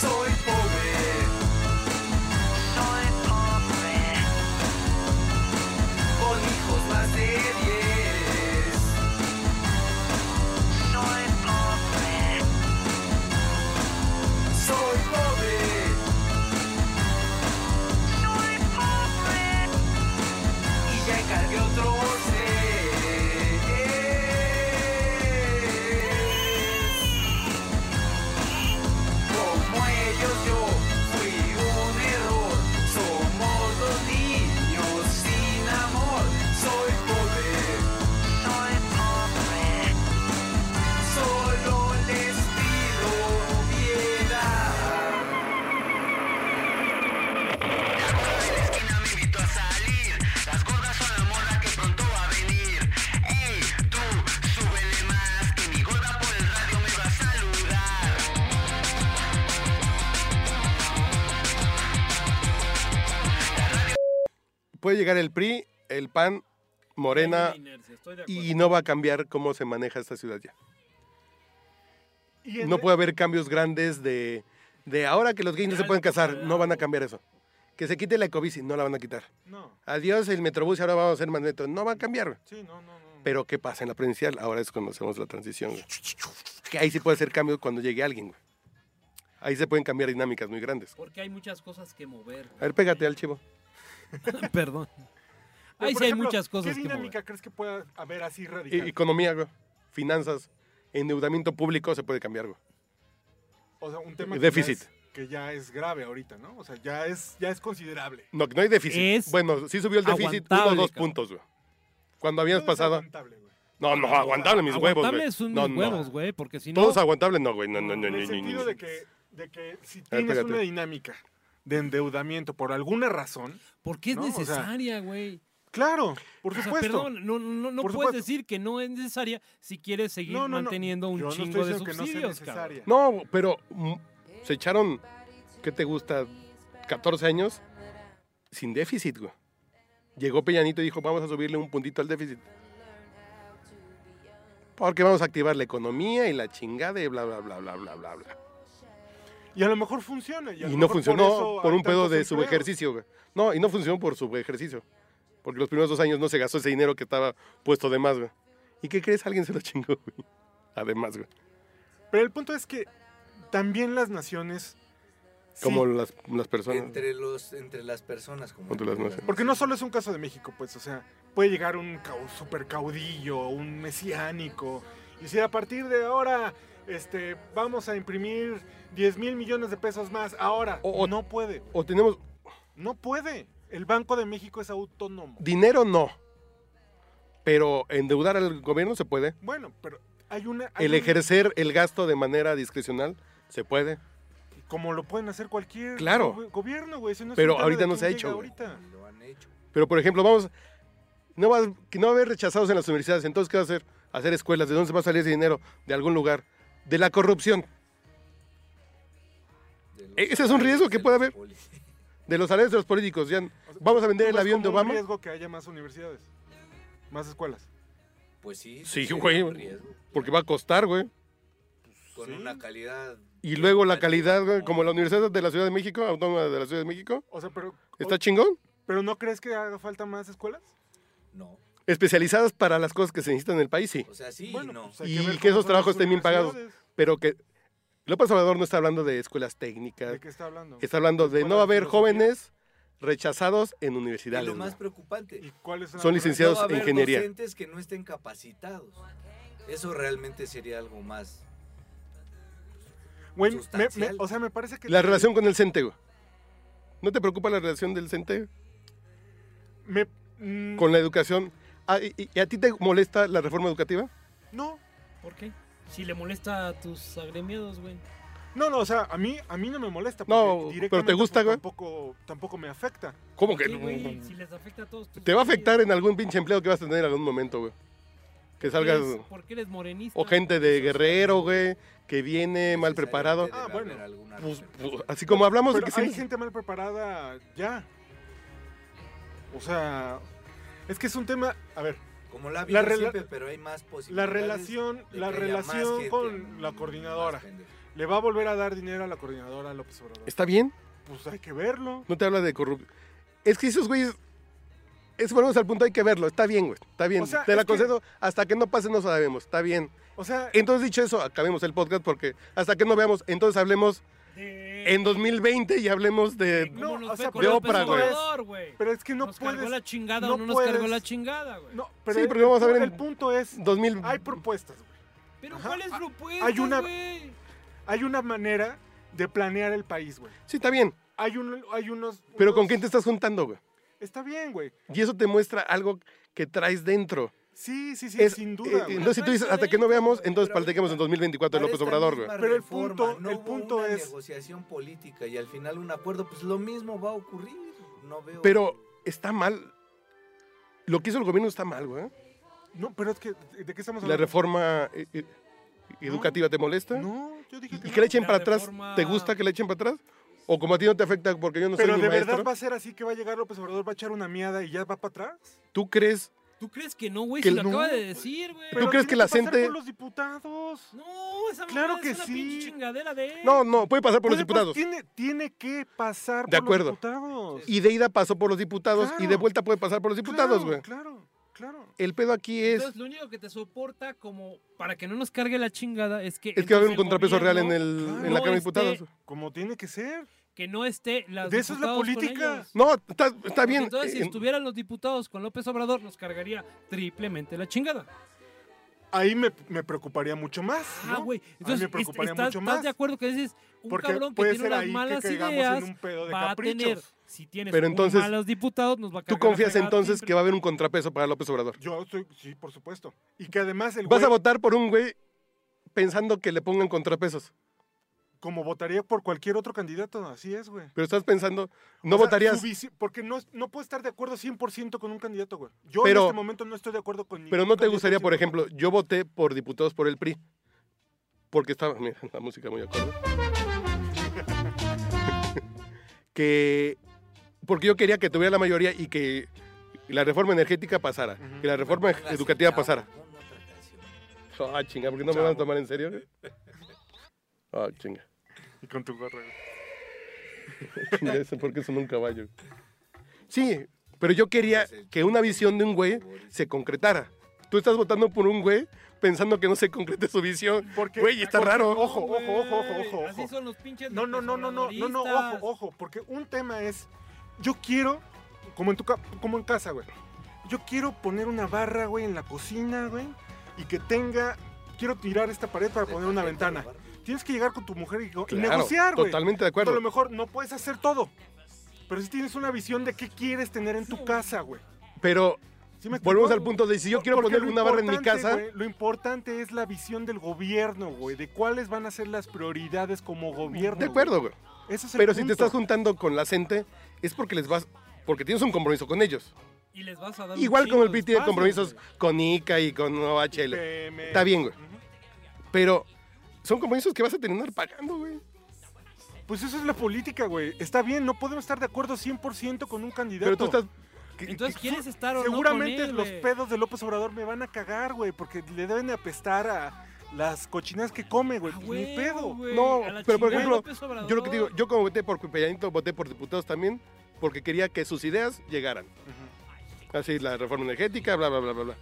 Soy pobre. Soy pobre. Con hijos más de 10. Soy pobre. Soy pobre. Soy pobre. Y ya encargué otro ser. Como ellos yo fui un error, somos los niños sin amor, soy pobre, soy pobre, solo les pido piedad. La gorda de la esquina me invitó a salir. Las gordas son la morra que pronto va a venir. Ey, tú, súbele más, que mi gorda por el radio me va a saludar.
Puede llegar el PRI, el PAN, Morena,
Hay una inercia, estoy de acuerdo.
y no va a cambiar cómo se maneja esta ciudad ya.
Y en-
No puede haber cambios grandes de, de ahora que los gays no se pueden casar, no van a cambiar eso. Que se quite la ecobici, no la van a quitar.
No,
Adiós el metrobús, ahora vamos a hacer magneto. No va a cambiar.
sí, no, no, no.
Pero ¿qué pasa en la provincial? Ahora es cuando hacemos la transición. güey. Que ahí sí puede hacer cambios cuando llegue alguien. güey. Ahí se pueden cambiar dinámicas muy grandes.
Porque hay muchas cosas que mover.
A ver, pégate al chivo.
Perdón.
Pero,
Ahí
por
sí hay
ejemplo,
muchas cosas
¿Qué
que mover.
dinámica crees que pueda haber así
E-
radical?
economía, güey. finanzas, endeudamiento público se puede cambiar. güey.
o sea, un tema
déficit.
Que ya, es, que ya es grave ahorita, ¿no? O sea, ya es, ya es considerable.
No, que no hay déficit.
Es
bueno, sí subió el déficit uno o
aguantable,
dos
cabrón.
puntos. güey. Cuando habías
Todo es
pasado...
aguantable, güey.
No, no, aguantable mis huevos.
Aguantable
güey.
son
No,
mis
no.
huevos, güey, porque si no...
Todos aguantables, no, güey. No, no, no,
En
no,
el
no,
sentido
no.
de que, de que si tienes
pégate.
una dinámica de endeudamiento por alguna razón,
Porque es
No, o sea,
necesaria, güey.
claro, por
O sea,
supuesto.
perdón, no, no, no
Por
puedes
supuesto.
decir que no es necesaria si quieres seguir
No, no, no.
manteniendo un
Yo no estoy
chingo de
diciendo que no sea
subsidios, cabrón.
necesaria.
No, pero mm, se echaron, ¿qué te gusta? 14 años sin déficit, güey. Llegó Peñanito y dijo, vamos a subirle un puntito al déficit. Porque vamos a activar la economía y la chingada y bla, bla, bla, bla, bla, bla. bla.
Y a lo mejor funciona. Y, a
Y
lo
no
mejor
funcionó
eso
por,
hay
un pedo
tantos
de
empleos.
subejercicio, güey. No, y no funcionó por subejercicio. Porque los primeros dos años no se gastó ese dinero que estaba puesto de más, güey. ¿Y qué crees? Alguien se lo chingó, güey. Además, güey.
Pero el punto es que también las naciones... sí,
Como las, las personas.
Entre, los, entre las personas. Como
Entre las naciones.
Porque no solo es un caso de México, pues, o sea, puede llegar un cau- supercaudillo, un mesiánico, y si a partir de ahora este, vamos a imprimir 10 mil millones de pesos más, ahora
O- o-
no puede, güey,
O tenemos
no puede. El Banco de México es autónomo.
Dinero no. Pero endeudar al gobierno se puede.
Bueno, pero hay una... hay
El
un-
ejercer el gasto de manera discrecional se puede.
Como lo pueden hacer cualquier
Claro.
go- gobierno, güey. ese no es
Pero
un tema
ahorita
de
no se ha
quién
hecho,
llega
güey.
ahorita.
Lo han hecho.
Pero por ejemplo, vamos, no va, que no va a haber rechazados en las universidades, entonces ¿qué va a hacer? hacer escuelas. ¿De dónde se va a salir ese dinero? De algún lugar. De la corrupción.
de los
Ese es un riesgo que
de
puede
los
haber.
polis.
De los salarios de los políticos. Ya, ¿Vamos a vender el
¿Ves
avión
como
de
un
Obama?
riesgo que haya más universidades, más escuelas.
Pues sí.
Sí,
sería
güey.
un riesgo.
Porque va a costar, güey.
Con
Sí.
una calidad.
Y luego la calidad, güey, como la Universidad de la Ciudad de México, Autónoma de la Ciudad de México,
O sea, pero,
está
o-
chingón.
pero ¿no crees que haga falta más escuelas?
No.
Especializadas para las cosas que se necesitan en el país, sí.
O sea, sí y no.
pues hay
Y
ver
que
cómo
esos
son
trabajos
las
estén bien pagados.
universidades.
Pero que López Obrador no está hablando de escuelas
¿De
técnicas,
qué está hablando?
está hablando de no
Escuelas de
haber
filosofía.
jóvenes rechazados en
Y
universidades.
lo más
güey.
preocupante.
¿Y cuáles
Son
las-
licenciados.
no va a haber
ingeniería.
docentes que no estén capacitados. Eso realmente sería algo más.
Güey, me- me-
Sustancial.
o sea, me parece que...
La relación con el CENTE, güey. ¿No te preocupa la relación del CENTE
me- mm,
con la educación? Ah, y- y, y a ti te molesta la reforma educativa?
No,
¿Por qué? Si le molesta a tus agremiados, güey.
no, no, o sea, a mí, a mí no me molesta.
No,
porque
pero te
directamente,
gusta,
pues,
güey.
Tampoco, tampoco me afecta.
¿Cómo
Sí, güey, si les afecta a todos tus
Te va a
güeyes,
afectar en algún pinche empleo que vas a tener en algún momento, güey. Que
porque
salgas...
eres- Porque eres morenista.
O gente de guerrero, güey, que viene mal preparado.
Ah,
Necesariamente debe
bueno.
haber alguna
Pues,
repercusión.
pues, así como hablamos de
Pero
que
hay
sí-
gente mal preparada ya. O sea, es que es un tema... A ver,
Como la vida
rela-
siempre, pero hay más
la
posibilidades.
relación,
de que
la
haya más
relación
gente,
con la
mm,
coordinadora.
más pendeja.
¿Le va a volver a dar dinero a la coordinadora López Obrador?
¿Está bien?
Pues hay que verlo.
No te habla de corrupción. Es que esos güeyes... Es volvemos al punto, hay que verlo. Está bien, güey. Está bien.
O sea,
te la
es que-
concedo. Hasta que no pase, no sabemos. Está bien.
O sea,
Entonces, dicho eso, acabemos el podcast porque hasta que no veamos, entonces hablemos
De...
en 2020 y hablemos de...
No,
No, nos
o
fue
sea,
con
pero
López
Oprah, güey.
Obrador, güey.
pero es que no
nos cargó
puedes...
la chingada
no
o no nos
puedes-
cargó la chingada, güey.
No, pero
Sí,
el-
porque vamos a ver
el,
en-
punto es,
2000...
hay propuestas, güey.
Pero
Ajá.
¿cuál es
Ah,
propuesta,
hay una-
güey?
Hay una manera de planear el país, güey.
Sí, está bien.
Hay, un, hay unos...
Pero
unos-
¿con quién te estás juntando, güey?
Está bien, güey.
Y eso te muestra algo que traes dentro.
Sí, sí, sí,
Es-
sin
eh,
duda, güey.
entonces, si tú dices, hasta que no veamos, entonces
Pero
platicamos en 2024 de
Para
López
esta
Obrador,
misma
güey.
Pero el
reforma,
punto-
no
el
hubo
punto
una
es-
negociación política y al final un acuerdo, pues lo mismo va a ocurrir. No veo.
Pero está mal. Lo que hizo el gobierno está mal, güey.
No, pero es que, ¿de qué estamos
La
hablando?
reforma eh, eh, educativa te molesta.
No, yo dije que
¿Y
no.
que le echen
La
para atrás?
reforma-
¿Te gusta que le echen para atrás? ¿O como a ti no te afecta porque yo no
Pero
soy
de
ni
verdad
maestro?
va a ser así que va a llegar López Obrador, va a echar una miada y ya va para atrás.
¿Tú crees?
¿Tú crees que no, güey?
Que
Si lo
no.
acaba de decir, güey.
Pero
crees
tiene
que la
pasar
gente-
por los diputados.
No, esa
Claro
mamada
que
es una
sí.
pinche chingadera de él.
No, no, puede pasar por los
Puede
diputados.
pas- Tiene, tiene que pasar
De
por
acuerdo.
los diputados.
Y de ida pasó por los diputados y de
Claro.
vuelta puede pasar por los diputados, güey.
Claro, claro.
El pedo aquí es,
Entonces, lo único que te soporta como para que no nos cargue la chingada es que...
es que va a haber un
entonces el
contrapeso real en,
gobierno este,
el,
claro,
en la Cámara de
no
Diputados.
esté-
Como tiene que ser.
Que no esté las
De eso es la política. eh,
No, está, está bien. eh,
Entonces, si
en-
estuvieran los diputados con López Obrador, nos cargaría triplemente la chingada.
Ahí me, me preocuparía mucho más.
Ah,
¿no?
güey.
A mí
Entonces,
me
est-
preocuparía
estás,
mucho
estás
más.
de acuerdo que dices, un
Porque
cabrón que
puede
tiene
ser
unas
ahí
malas
que caigamos
ideas
en un pedo de
va a
caprichos.
tener, si tienes
Pero
muy
entonces,
malos diputados, nos va a
¿Tú
cargar la
confías
fregada
entonces
siempre.
que va a haber un contrapeso para López Obrador?
Yo estoy, sí, por supuesto. Y que además el
Vas a
güey,
votar por un güey pensando que le pongan contrapesos.
como votaría por cualquier otro candidato, así es, güey.
Pero estás pensando, no
O sea,
votarías,
su visi- porque no, no puedo estar de acuerdo 100% con un candidato, güey. Yo
Pero-
en este momento no estoy de acuerdo con
pero
ningún
no te
candidato
gustaría, por
100%.
ejemplo, yo voté por diputados por el PRI. Porque estaba, mira, la música muy acorde. que porque yo quería que tuviera la mayoría y que la reforma energética pasara,
Ujú.
que la reforma
Póngase,
educativa
chavo,
pasara.
pon otra canción.
Ah, chinga, porque no me van a tomar en serio. Ah, chinga.
Y con tu gorra, güey.
Chinga, eso porque son un caballo. Sí, pero yo quería que una visión de un güey se concretara. Tú estás votando por un güey pensando que no se concrete su visión.
Porque,
Güey, está
porque-
raro.
Ojo, ojo, ojo, ojo, ojo.
Así
ojo.
son los pinches
No, no, no, no, no, no, no, ojo,
obradoristas.
ojo, porque un tema es, yo quiero, como en tu ca- como en casa, güey, yo quiero poner una barra, güey, en la cocina, güey, y que tenga, quiero tirar esta pared para poner una ventana. Tienes que llegar con tu mujer y, go- y
Claro,
negociar, güey.
Totalmente de
A lo
acuerdo.
mejor no puedes hacer todo, pero si tienes una visión de qué quieres tener en tu casa, güey.
Pero
¿Sí me explico?
volvemos al punto de si yo
Por-
quiero
porque
poner
lo
una barra en mi
importante,
casa,
güey, lo importante es la visión del gobierno, güey, de cuáles van a ser las prioridades como gobierno.
de acuerdo, güey.
güey. Ese es el
Pero si te
punto.
estás juntando con la gente es porque les vas porque tienes un compromiso con ellos.
Y les vas a dar un
Igual
chingo
como el
de
PRI tiene
espacio,
compromisos
güey.
con ICA y con OHL.
PM.
Está bien, güey.
Ujú.
Pero son compromisos que vas a terminar pagando, güey.
Pues eso es la política, güey. Está bien, no podemos estar de acuerdo 100% con un candidato.
Pero tú estás... ¿qué-
Entonces, ¿quieres estar o no
Seguramente
con él,
los
güey?
pedos de López Obrador me van a cagar, güey, porque le deben de apestar a las cochinas que come, güey.
Ah,
Pues ni
güey,
pedo.
güey,
No,
a la
pero, por
chingada
ejemplo,
López Obrador.
Yo lo que te digo, yo como voté por Peñanito, voté por diputados también, porque quería que sus ideas llegaran. Así, la reforma energética, bla, bla, bla, bla, bla.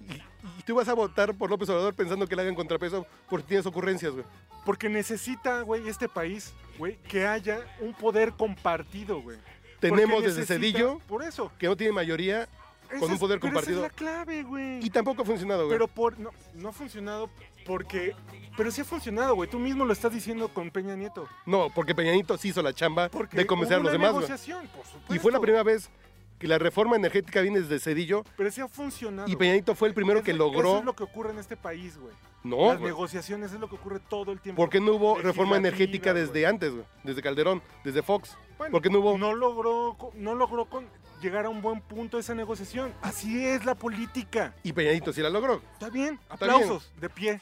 Y, y tú vas a votar por López Obrador pensando que le hagan contrapeso porque tienes ocurrencias, güey.
Porque necesita, güey, este país, güey, que haya un poder compartido, güey.
Tenemos
Porque
desde
necesita-
Cedillo,
Por eso.
que no tiene mayoría,
Esa
Con un
es-
poder
pero
compartido.
Esa es la clave, güey.
y tampoco ha funcionado, güey.
Pero por, no, no ha funcionado porque... Pero sí ha funcionado, güey. Tú mismo lo estás diciendo con Peña Nieto.
No, porque Peñanito sí hizo la chamba
Porque
de convencer a
hubo
los
una
demás, güey.
negociación, por supuesto.
Y fue la primera vez que la reforma energética viene desde Cedillo
Pero sí ha funcionado.
y
güey.
Peñanito fue el primero
Eso-
que
Eso
logró...
es lo que ocurre en este país, güey.
No,
Las
güey.
negociaciones es lo que ocurre todo el tiempo.
¿por qué no hubo reforma
Legislativa,
energética
güey.
desde antes, güey? Desde Calderón, desde Fox.
Bueno,
¿Por qué no hubo?
no logró, co- no logró con- llegar a un buen punto esa negociación. Así es la política.
Y Peñanito sí la logró.
Está bien,
Está bien.
aplausos de pie.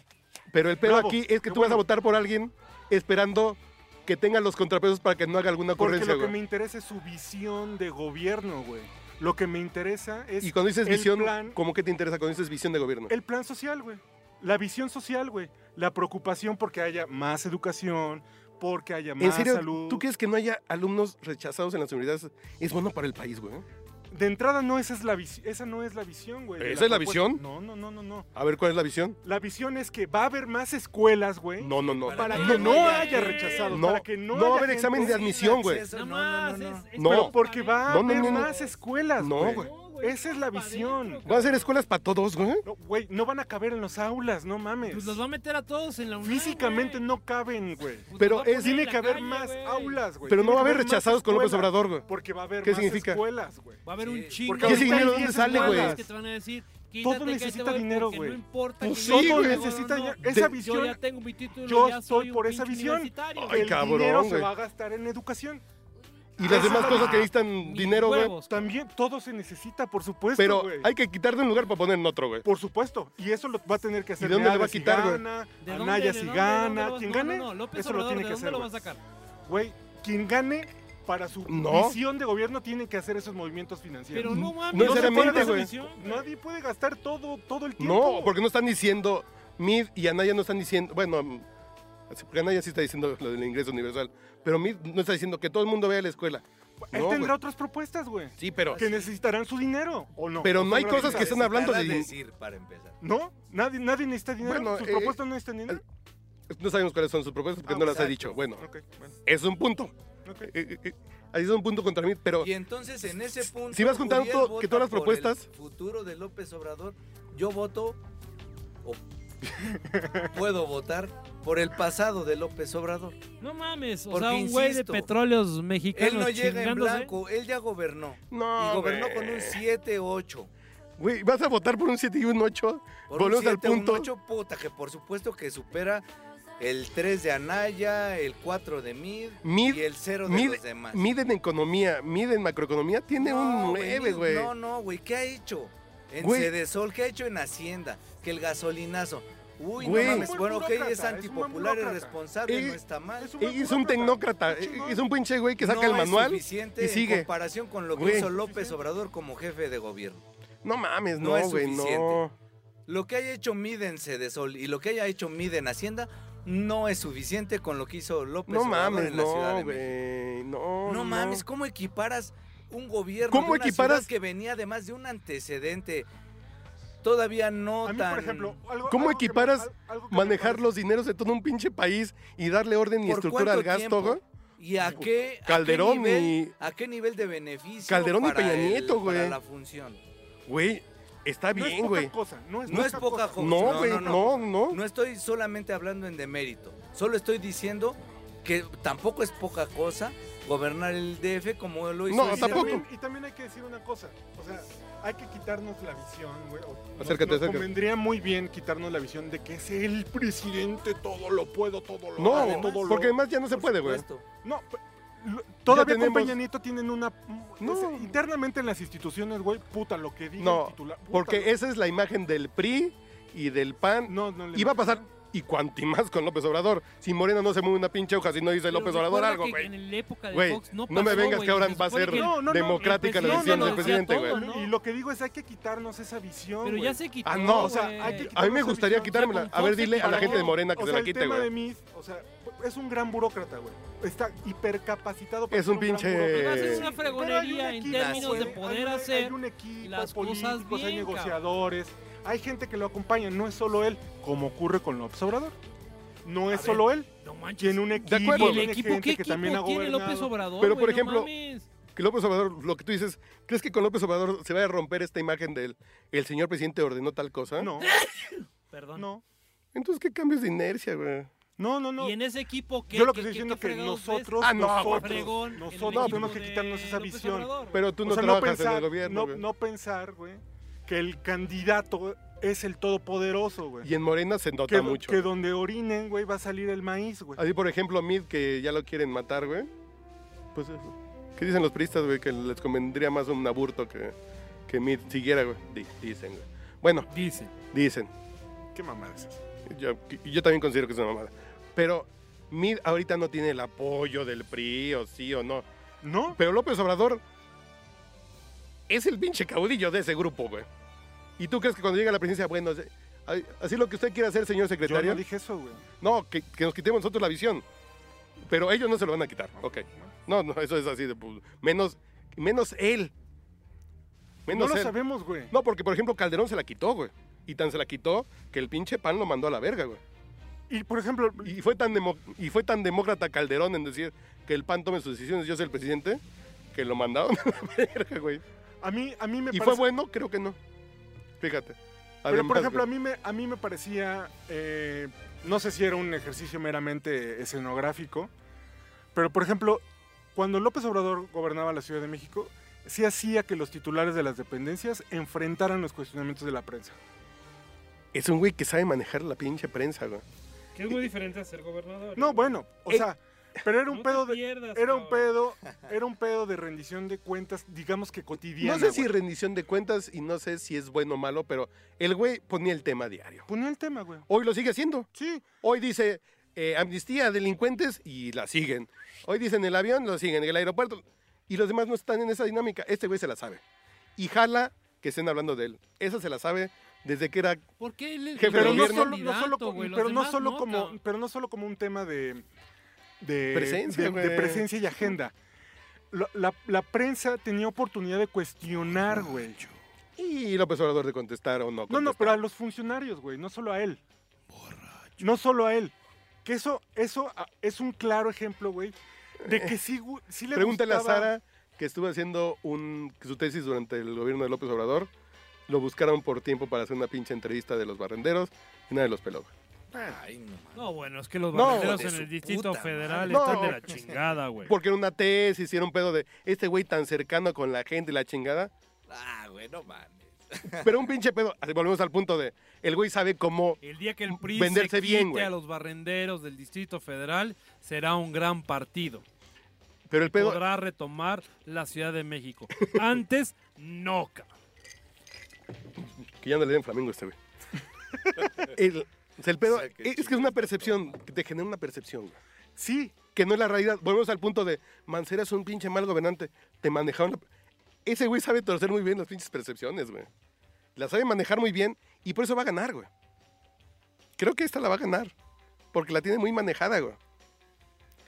Pero el pedo
Bravo,
aquí es que
qué
tú vas a
bueno.
votar por alguien esperando que tenga los contrapesos para que no haga alguna
Porque
ocurrencia,
lo que me
güey.
interesa es su visión de gobierno, güey. Lo que me interesa es
Y cuando dices
el
visión,
plan-
¿cómo que te interesa cuando dices visión de gobierno?
el plan social, güey. La visión social, güey. La preocupación porque haya más educación, porque haya más
¿En serio?
salud.
¿Tú crees que no haya alumnos rechazados en las universidades? Es bueno para el país, güey. ¿eh?
De entrada no esa es la visi- esa no es la visión, güey. de
¿Esa es la
propuesta.
visión?
No, no, no, no, no.
A ver, ¿cuál es la visión?
La visión es que va a haber más escuelas, güey.
No, no, no.
Para
No,
que
no,
no
ya,
haya
eh,
rechazados,
no,
para que no,
no va a
haya
haber examen
gente-
de admisión, güey.
Nada
Acceso, No, no,
más,
no,
es-
no.
es
No.
para
Porque va a
No, no,
haber
no, no.
más escuelas,
No,
güey.
güey.
No, güey,
Esa es la
para
visión.
adentro,
¿Van a ser escuelas para todos, güey?
No, güey, no van a caber en los aulas, no mames.
Pues los va a meter a todos en la UNAM.
Físicamente
güey.
no caben, güey.
Pues los
pero
va a poner
es-
en
Tiene
la
que haber
calle,
más
güey.
aulas, güey.
Pero
Tiene
no va a
que
haber
más
rechazados con López
escuelas,
Obrador, güey.
Porque va a haber
¿Qué
más
significa?
escuelas, güey.
Va a haber
Sí,
un
porque
chingo.
ahorita
¿Y ese
de
dinero de
güeyes
dónde sale,
escuelas
güey?
Que te van a decir,
Todo
"Quítate,
necesita
cállate, güey,
dinero,
porque
güey.
No importa
Pues
que
sí,
yo
Todo
güey.
tenga
necesita
no,
ya-
no,
esa
Yo
Yo
visión.
ya tengo mi título,
yo
ya
estoy
soy un
por esa
pinche
visión.
universitario,
Ay,
el
cabrón,
dinero se
güey.
va a gastar en educación.
Y
Ah,
las demás cosas que necesitan
Mis
dinero, güey.
huevos,
También todo se necesita, por supuesto,
Pero
güey.
hay que quitar de un lugar para poner en otro, güey.
Por supuesto, y eso lo va a tener que hacer.
dónde le va
Neaga
a quitar,
si
güey?
gana,
¿De dónde,
Anaya
de
si
dónde, de
gana,
dónde
quien
vas? No,
gane,
no, no, López
eso lo
Obrador,
tiene
¿de
que
dónde
hacer.
lo
güey.
vas a sacar?
Güey, quien gane para su
No.
visión de gobierno tiene que hacer esos movimientos financieros.
Pero no mames,
No
se
necesariamente,
puede esa
güey.
visión,
Nadie puede gastar todo, todo el tiempo.
No, porque no están diciendo, Mid y Anaya no están diciendo, bueno, mm, sí, porque Anaya sí está diciendo lo del ingreso universal, pero Mid no está diciendo que todo el mundo vaya a la escuela.
Él
No,
tendrá
güey.
otras propuestas, güey.
Sí, pero...
Que necesitarán su dinero, ¿o no?
Pero no hay
Seguramente.
cosas que están hablando de-
Necesitarás decir para empezar.
¿No? ¿Nadie, nadie necesita dinero?
Bueno,
¿Sus
eh,
propuestas no necesitan dinero?
No sabemos cuáles son sus propuestas porque
Ah,
no las ha
exacto.
dicho. Bueno,
Ok, bueno,
es un punto.
ok.
Eh, eh, eh, Ahí es un punto contra Mid, pero...
Y entonces en ese punto.
Si vas contando
Uriel
todo-
vota
que todas las
por el
propuestas-
futuro de López Obrador, yo voto. o puedo votar por el pasado de López Obrador.
No mames, o
Porque,
sea, un güey de
insisto,
petróleos mexicanos
Él no llega en
chingándose.
blanco, él ya gobernó.
No,
y gobernó
güey.
con un 7-8.
Güey, vas a votar por un 7 y un 8.
Por
Volvemos
un
al
7, un
punto.
8, puta, que por supuesto que supera el 3 de Anaya, el 4 de Mid,
Mid-
y el 0 de
Mid,
los demás.
Mid en economía, Mid en macroeconomía, tiene
No,
un
güey,
9,
Mid,
güey. Eh,
No, no, güey, ¿qué ha hecho? En
Güey.
Cedesol, ¿qué ha hecho en Hacienda? Que el gasolinazo. Uy,
Güey.
no
Es
mames,
un
bueno, ok,
burócrata,
es
es un
antipopular,
burócrata.
irresponsable,
Eh,
no está mal.
es un
Es un tecnócrata, eh, es un pinche güey que saca
No
el manual.
es suficiente
y sigue.
en comparación con lo que
Güey.
hizo López Obrador como jefe de gobierno.
No mames,
No
no,
es
güey, no.
suficiente. Lo que haya hecho Mid en Cedesol y lo que haya hecho Mid en Hacienda no es suficiente con lo que hizo López
No
Obrador
mames,
en la Ciudad
no,
de México.
güey. No,
No mames, ¿cómo equiparas un gobierno
¿Cómo
de una
equiparas?
ciudad que venía además de un antecedente todavía no
A mí,
tan
por ejemplo, algo-
¿Cómo
algo que me-
equiparas
al- algo que me
Manejar los dineros de todo un pinche país y darle orden y
¿Por
estructura
cuánto
al gasto,
tiempo?
güey.
y a qué a qué
Calderón
nivel-
y-
a qué nivel de beneficio
Calderón y
para
Peña
el-
Nieto, güey.
para la función.
Güey, está
No es
bien,
poca
güey.
cosa, No es,
No es poca cosa.
No, güey,
no,
no, no.
No estoy solamente hablando en demérito, solo estoy diciendo que tampoco es poca cosa gobernar el DF como lo hizo.
No,
y
Cedesol.
tampoco.
También, y también hay que decir una cosa, o sea, hay que quitarnos la visión, güey. o nos-
Acércate,
nos
acércate.
convendría muy bien quitarnos la visión de que es el presidente, todo lo puedo, todo lo
No,
hago, todo lo-
porque además ya no se
Por
puede, güey.
supuesto.
No, pe- lo- Todavía con
tenemos-
Peña Nieto tienen una...
No.
es- internamente en las instituciones, güey, puta lo que diga
No,
el titular. puta lo-
Porque esa es la imagen del PRI y del PAN.
No, no le
y va a pasar, y cuanti más con López Obrador. Si Moreno no se mueve una pinche hoja, si no dice López Obrador algo, güey.
En la época de
Güey,
Fox no
no,
pasó,
me vengas
güey,
que ahora
se
va a
supone
ser
que el-
No, no, no,
democrática
el
la decisión del
presidente lo
decía
presidente,
todo,
güey.
Y
¿no?
lo que digo es hay que quitarnos esa visión.
Pero ya
güey.
se quitó,
Ah, no,
o sea, hay que
güey.
A mí me
esa
gustaría
visión.
quitármela.
O sea,
A
con
ver,
Fox
dile a la
para
gente
mí,
de Morena que
O
se
sea,
la
el
quite,
tema de
güey.
Mitt, o sea, es un gran burócrata, güey. Está hipercapacitado para
Es
ser
un
gran
pinche-
burócrata.
Además, es
una
Pero hay un
fregonería en
equipo,
términos
güey.
de
poder
hay, un-
hacer
hay un equipo,
las
hay
cosas
políticos, hay
bien, cabrón.
negociadores, hay gente que lo acompaña, no es solo él, como ocurre con López Obrador. No es
ver.
solo él,
No manches.
tiene un equipo,
acuerdo.
¿Y el
tiene
equipo
gente
qué
que también ha
equipo tiene López
gobernado.
Obrador?
Pero,
güey?
por
No
ejemplo,
mames.
Que López Obrador, lo que tú dices, ¿crees que con López Obrador se vaya a romper esta imagen del el señor presidente ordenó tal cosa?
No,
¿Eh? Perdón.
no,
Entonces, ¿qué cambios de inercia, güey?
no, no, no.
Y en ese equipo que
Yo lo que estoy diciendo es que nosotros,
Ah, no, güey,
nosotros, nosotros tenemos que quitarnos esa visión.
Pero tú
O
no
sea,
trabajas en el
pensar-
gobierno,
no-
güey.
no pensar, güey, que el candidato es el todopoderoso, güey.
Y en Morena se nota
que, do-
mucho.
que donde orinen, güey, va a salir el maíz, güey.
Así, por ejemplo, Mid, que ya lo quieren matar, güey. Pues, eh, ¿qué dicen los priistas, güey? Que les convendría más un aburto que, que Mid siguiera, güey. Di- Dicen, güey. Bueno,
Dice.
dicen.
Qué mamada es esa.
Yo, yo también considero que es una mamada. Pero Mid ahorita no tiene el apoyo del PRI, o sí o no.
¿No?
Pero López Obrador es el pinche caudillo de ese grupo, güey. ¿Y tú crees que cuando llega a la presidencia, bueno, ay, así lo que usted quiera hacer, señor
Yo
secretario?
no dije eso, güey.
No, que, que nos quitemos nosotros la visión. Pero ellos no se lo van a quitar. Ok. No, no, eso es así de. pues, menos, menos él.
No
Menos
lo
él.
sabemos, güey.
No, porque por ejemplo Calderón se la quitó, güey. Y tan se la quitó que el pinche pan lo mandó a la verga, güey.
Y, por ejemplo,
Y fue tan, demo- y fue tan demócrata Calderón en decir que el pan tome sus decisiones, yo soy el presidente, que lo mandaron a la verga, güey.
a mí, a mí me
¿Y
parece...
fue bueno? Creo que no. Fíjate.
Pero, por
Además,
ejemplo, a
güey,
mí me, a mí me parecía, eh, no sé si era un ejercicio meramente escenográfico, pero, por ejemplo, cuando López Obrador gobernaba la Ciudad de México, sí hacía que los titulares de las dependencias enfrentaran los cuestionamientos de la prensa.
es un güey que sabe manejar la pinche prensa, güey.
Que es muy diferente a ser gobernador.
No, bueno, o
Eh,
sea, pero era
No
un
te
pedo de...
pierdas,
Era un
cabrón.
pedo, era un pedo de rendición de cuentas, digamos que cotidiana.
No sé si
güey.
rendición de cuentas y no sé si es bueno o malo, pero el güey ponía el tema diario.
Ponía el tema, güey.
Hoy lo sigue haciendo.
Sí,
Hoy dice eh, amnistía a delincuentes y la siguen. Hoy dicen el avión, lo siguen, en el aeropuerto. Y los demás no están en esa dinámica. Este güey se la sabe. Y jala que estén hablando de él. Esa se la sabe desde que era...
¿Por qué él es
Jefe
pero
del
no
gobierno.
solo, no solo, como- pero no solo como, pero no solo como un tema de de
Presencia,
de- de
güey.
presencia y agenda. Lo- La, la prensa tenía oportunidad de cuestionar, güey.
Y López Obrador de contestar o no.
No, no,
contestar.
pero a los funcionarios, güey, no solo a él. No solo a él. Que eso, eso ah, es un claro ejemplo, güey, de que sí, gu- sí le
Pregúntale
gustaba-
a Sara que estuvo haciendo un, su tesis durante el gobierno de López Obrador. Lo buscaron por tiempo para hacer una pinche entrevista de los barrenderos y nada de los peló.
Ay, no mames.
No, bueno, es que los
No,
banderos
de
en
su
el Distrito
puta
Federal
madre.
están de
No.
la chingada, güey.
Porque era una tesis, hicieron pedo de este güey tan cercano con la gente y la chingada.
Ah, güey, no mames.
Pero un pinche pedo. Así, Volvemos al punto de. El güey sabe cómo.
El día que el PRI
Venderse
se quite
bien, güey.
a los barrenderos del Distrito Federal será un gran partido.
Pero el pedo.
Podrá retomar la Ciudad de México. Antes, no, cabrón.
Que ya no le den flamingo a este güey. el, o sea, el pedo.
O sea, que
es que es una percepción. que Te genera una percepción. güey,
Sí,
Que no es la realidad. Volvemos al punto de. Mancera es un pinche mal gobernante. Te manejaron. la- Ese güey sabe torcer muy bien las pinches percepciones, güey. La sabe manejar muy bien. Y por eso va a ganar, güey. Creo que esta la va a ganar. Porque la tiene muy manejada, güey.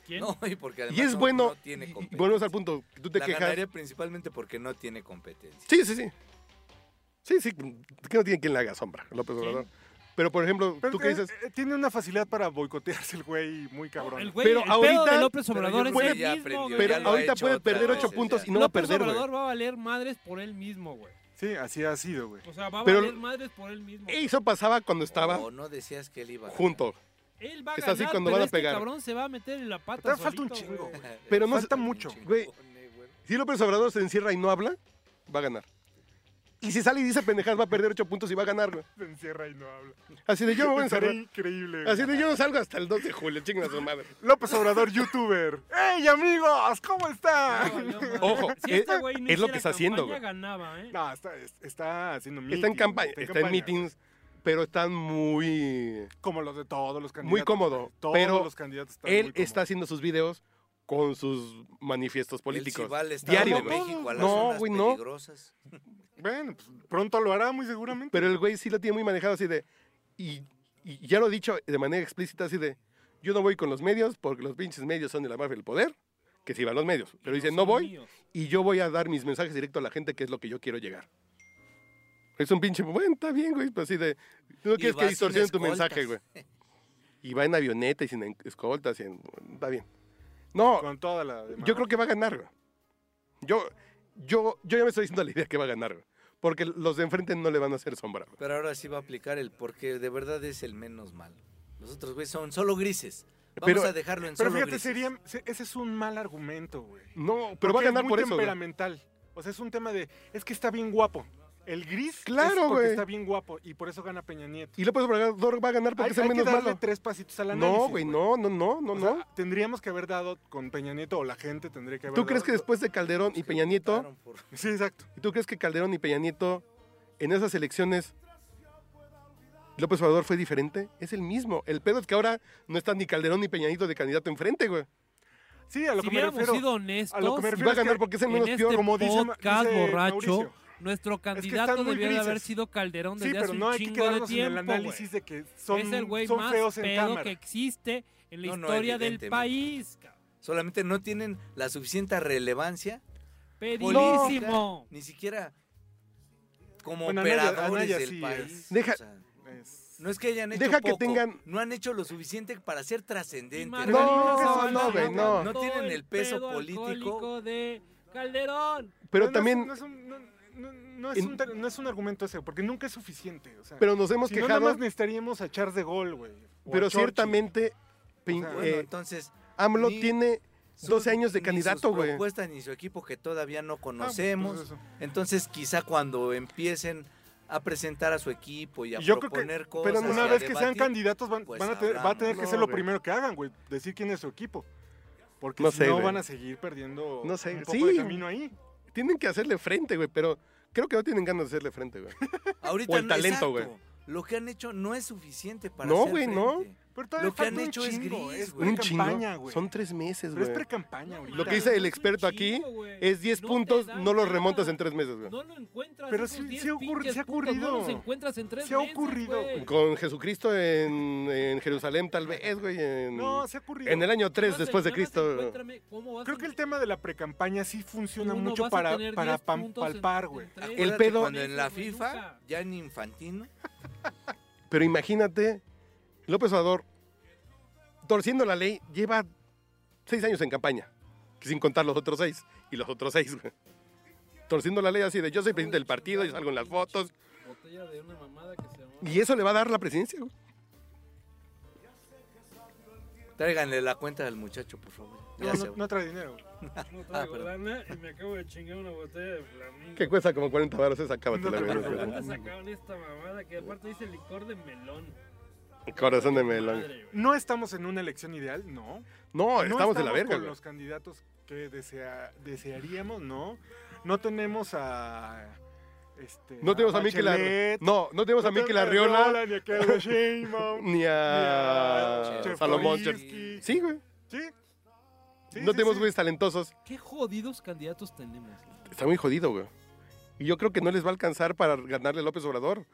¿Quién?
No, y porque además
Y es
no-
bueno.
no tiene
y- y
competencia.
volvemos al punto. Tú te
la
quejas.
ganaría principalmente porque no tiene competencia.
Sí, sí, sí. Sí, sí, que no tiene quien le haga sombra, López Obrador. Pero, por ejemplo,
pero
tú qué
eh,
dices,
eh, tiene una facilidad para boicotearse el güey muy cabrón.
El güey,
Pero
el
ahorita-
pedo de López
pero yo
Obrador es
creo
el
que ya
mismo,
aprendió,
güey.
pero
ya lo ha
ahorita
hecho
puede
otras
perder ocho
veces,
puntos
ya.
y no va a
López
perder, güey.
Obrador va a valer madres por él mismo, güey.
Sí, así ha sido, güey.
O sea, va a
Pero-
valer madres por él mismo.
Eso pasaba cuando estaba
O no decías que él iba a ganar.
junto.
Él va a
Es así
ganar,
cuando
pero
van a
este
pegar.
cabrón se va a meter en la pata
Te falta
solito,
un chingo,
güey.
güey.
Pero no
Falta mucho.
Güey. Si López Obrador se encierra y no habla, va a ganar. Y si sale y dice pendejadas, va a perder 8 puntos y va a ganar, güey.
Se encierra y no habla.
Así de yo me voy a
Sería
encerrar.
increíble.
Así de yo no salgo hasta el 2 de julio, chinga su madre.
López Obrador, youtuber. ¡Hey, amigos! ¿Cómo están?
Valió madre.
Ojo,
Si
es-
este güey no
es lo que
hiciera
está haciendo,
campaña,
güey.
ganaba, ¿eh?
No, está, es- está haciendo meetings.
Está en campaña, está en meetings, pero están muy,
Como los de todos los candidatos.
muy cómodo.
Todos
Pero
los candidatos están
él
muy
está
cómodos.
haciendo sus videos con sus manifiestos políticos.
Diario, está
Diario,
dando
güey.
México a las
No,
zonas
güey, no.
peligrosas.
Bueno, pues, pronto lo hará, muy seguramente.
Pero el güey sí lo tiene muy manejado así de... Y, y ya lo he dicho de manera explícita así de... Yo no voy con los medios porque los pinches medios son de la mafia del poder. Que sí van los medios. Pero dice,
son
no voy
míos.
y yo voy a dar mis mensajes directo a la gente que es lo que yo quiero llegar. Es un pinche... Bueno, está bien, güey. Pues así de... Tú no
Y
quieres
va
que
sin
distorsionen tu
escoltas.
mensaje, güey. Y va en avioneta y sin en- escoltas. y en- está bien. No,
Con toda la demás.
yo creo que va a ganar. güey. Yo, yo, yo ya me estoy diciendo la idea que va a ganar. güey. Porque los de enfrente no le van a hacer sombra. güey.
Pero ahora sí va a aplicar el porque de verdad es el menos malo. Los otros güey son solo grises. Vamos
Pero-
a dejarlo en
Pero
solo
fíjate,
grises.
sería, se- ese es un mal argumento, güey.
No, pero va a
Porque es
ganar
muy
por eso. güey.
temperamental. O sea, es un tema de. Es que está bien guapo. El gris.
Claro,
es porque
güey.
está bien guapo y por eso gana Peña Nieto.
Y López Obrador va a ganar porque
Hay,
es el
hay que
menos
darle
malo.
tres pasitos al análisis.
No, güey, no, no, no, no,
O
no.
sea, tendríamos que haber dado con Peña Nieto, o la gente tendría que haber
¿Tú crees que
dado-
después de Calderón y Peña Nieto,
Votaron por-
Sí, exacto.
tú crees que Calderón y Peña Nieto en esas elecciones López Obrador fue diferente? Es el mismo. El pedo es que ahora no están ni Calderón ni Peña Nieto de candidato enfrente, güey.
Sí, a lo
Si
que me
hubiéramos
refiero.
sido honestos,
a lo que me
Y
refiero
va a
es que
ganar porque es el
en
menos
este
peor.
como dice Ma-
podcast
dice
borracho,
Mauricio.
nuestro
que están
candidato
muy
debió de haber
grises.
sido Calderón
Sí,
desde hace
pero no
un
hay que
chingo de
quedarnos en el
tiempo,
análisis
güey.
de que son,
es el güey
son
más
feos en
pedo
cámara.
que existe en la
No, no,
historia del
evidentemente.
país. cabrón.
Solamente no tienen la suficiente relevancia,
Pedísimo.
ni siquiera como
Bueno, Anaya-
operadores
Anaya
del
sí
país.
es.
Deja-
O sea,
Es-
no es que hayan hecho
Deja que
poco,
tengan-
no han hecho lo suficiente para ser trascendentes.
Margarita
No,
Zavala
no, güey, no.
aguantó
No tienen el peso
pedo
político.
alcohólico de Calderón.
Pero
no, no es-
también,
No es, un, no, no- no es
en-
un ter- no es un argumento ese, porque nunca es suficiente. O sea,
pero nos hemos
si no, nada
quejado.
más necesitaríamos a Charles de Gol, güey. o a
pero
Churchill.
ciertamente, pin-
sea,
Bueno,
eh,
entonces,
AMLO
ni-
tiene
su-
12 años de
ni
candidato,
sus
güey.
propuestas, ni su equipo que todavía no
Ah, pues,
conocemos.
pues, eso.
Entonces, quizá cuando empiecen a presentar a su equipo y a
Y yo creo que-
proponer cosas.
Pero
y
una
a
vez que sean
debatir,
candidatos van,
pues
van a tener, va a
hablamos.
tener que
No,
ser lo
güey.
primero que hagan, güey. Decir quién es su equipo. Porque
No
si
sé,
no
güey.
van a seguir perdiendo
No sé,
un poco
sí.
de camino ahí.
Tienen que hacerle frente, güey, pero creo que no tienen ganas de hacerle frente, güey.
Ahorita
o el
no-
talento,
exacto.
güey.
Lo que han hecho no es suficiente para
No,
hacer
güey, no.
frente.
Pero todavía
Lo que han
falta un
hecho es
chingo,
gris, güey.
Un
pre-
chingo.
campaña, güey.
Son tres meses,
Pero es
güey.
pre-campaña ahorita.
Lo que dice el
Es un
experto aquí
chingo, güey.
es 10
No te
puntos,
dan
no los
nada.
remontas en tres meses, güey.
No lo encuentras.
Pero
esos
sí-
10
sí ocurre-
pinches
sí ha
puntos, No los
ocurrido.
encuentras en tres
Sí ha
meses,
ocurrido,
güey.
güey.
Con Jesucristo en, en Jerusalén, tal vez, güey. En,
No, se ha ocurrido.
en el año 3
Nada,
después de
nada más
Cristo.
encuéntrame cómo vas
Creo que
en-
el tema de la pre-campaña sí funciona
uno,
mucho
vas a
para,
tener
para
10
pam-
puntos en-
palpar,
en
güey.
El
tres meses,
Acuérdate
pedo-
Cuando en la
güey,
FIFA,
nunca.
ya en Infantino,
Pero imagínate, López Obrador, torciendo la ley, lleva seis años en campaña, sin contar los otros seis, y los otros seis, güey. Torciendo la ley así de yo soy presidente del partido, yo salgo en las fotos,
Botella de una mamada que se llamaba-
Ah,
y eso le va a dar la presidencia, güey.
tráiganle la cuenta al muchacho, por favor. Ya
No,
se
no,
va.
no trae dinero. güey.
No
Ah,
traigo
perdón.
lana y me acabo de chingar una botella de flamingo.
Que cuesta como 40 baros esa cábatela,
No te
güey.
¿Dónde sacaron esta mamada que aparte dice licor de melón?
Corazón de melón.
Madre, güey.
No estamos en una elección ideal, no.
No,
No
estamos de la verga,
con
güey.
los candidatos que desea- desearíamos, no. No tenemos a. Este,
No tenemos a Miquel Arreola.
Bachelet,
No, no tenemos a Miquel
tenemos
Arriola,
Ni a Claudia Sheinbaum,
ni a
Che,
Salomón.
Che.
Chertorivsky.
Sí, güey.
Sí. Sí,
No
sí,
tenemos
sí.
güeyes talentosos.
Qué jodidos candidatos tenemos. güey.
Está muy jodido, güey. Y yo creo que no les va a alcanzar para ganarle a López Obrador.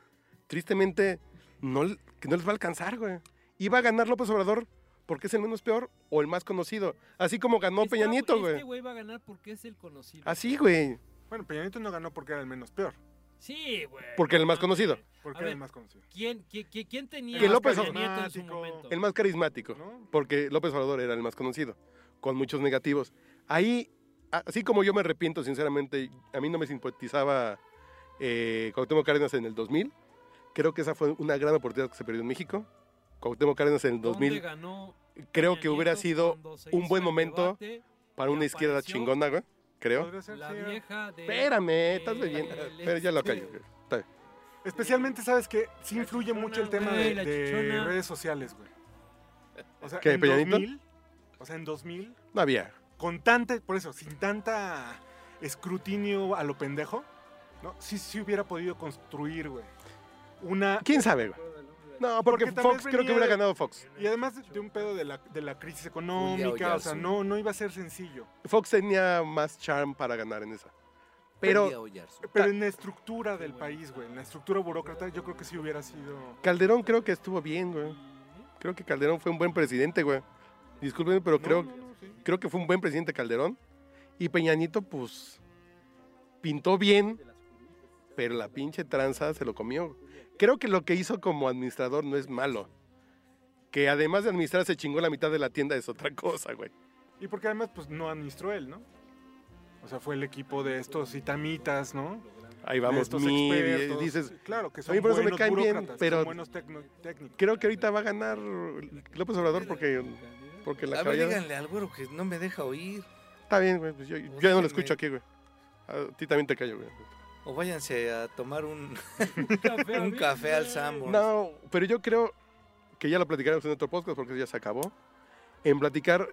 Tristemente, no, l- que no les va a alcanzar, güey. Y va a ganar López Obrador porque es el menos peor o el más conocido. Así como ganó
Está-
Peña Nieto,
Este
güey. Ah,
güey va a ganar porque es el conocido.
Así, güey.
Bueno, Peña Nieto no ganó porque era el menos peor.
Sí, güey.
Porque el más
No,
conocido.
güey.
Porque
A
era
ver.
el más conocido.
¿Quién, qui- qui- quién tenía
Que
a
López
Peña Nieto en su
Obrador.
momento?
El más carismático.
¿no?
Porque López Obrador era el más conocido. Con muchos negativos. Ahí, a- así como yo me arrepiento, sinceramente, a mí no me simpatizaba eh, Cuauhtémoc Cárdenas en el 2000. Creo que esa fue una gran oportunidad que se perdió en México. Cuauhtémoc Cárdenas en el
¿Dónde
2000
ganó
creo
Peña
que hubiera
Nieto
sido
cuando se
un
hizo
buen
el
momento
debate?
para una
que
izquierda
apareció?
chingona, güey. creo.
Podría ser,
La
sí, era.
vieja de. eh,
Espérame, estás bebiendo.
El- este,
Pero ya lo callo.
Sí.
Está bien.
Especialmente, ¿sabes que Sí
La
influye
chichona,
mucho el tema
güey,
de,
la
de
chichona.
redes sociales, güey. O sea,
¿Qué,
en
Peña Nieto?
2000, o sea, en 2000,
No había.
con tanta, por eso, sin tanta escrutinio a lo pendejo, ¿no? Sí, sí hubiera podido construir, güey, una...
¿Quién sabe, güey? No, porque,
Porque también
Fox creo que
venía
hubiera
de-
ganado Fox.
Y además de un pedo de la, de la crisis económica,
Julia
o sea,
Oyarzún.
no, no iba a ser sencillo.
Fox tenía más charm para ganar en esa.
Perdí a
Pero
Oyarzún.
Pero en la estructura del país, güey, en la estructura burócrata, yo creo que sí hubiera sido...
Calderón creo que estuvo bien, güey. Creo que Calderón fue un buen presidente, güey. Disculpen, pero
No,
creo,
no, no, sí.
creo que fue un buen presidente Calderón. Y Peñanito, pues, pintó bien, pero la pinche tranza se lo comió. Creo que lo que hizo como administrador no es malo. Que además de administrar se chingó la mitad de la tienda es otra cosa, güey.
Y porque además, pues, no administró él, ¿no? O sea, fue el equipo de estos itamitas, ¿no?
Ahí
de
vamos,
estos
mi,
expertos.
dices,
claro que son
oye, por eso me
buenos
caen bien,
burócratas,
pero-
son buenos tecno- técnicos.
creo que ahorita va a ganar López Obrador porque, porque la
A ver,
caballada...
díganle al güero que no me deja oír.
Está bien, güey, pues yo, yo ya no lo escucho aquí, güey. A ti también te callo, güey.
O váyanse a tomar un,
Café
un
Amigo.
café al Sambo.
No, pero yo creo que ya lo platicaremos en otro podcast porque ya se acabó. En platicar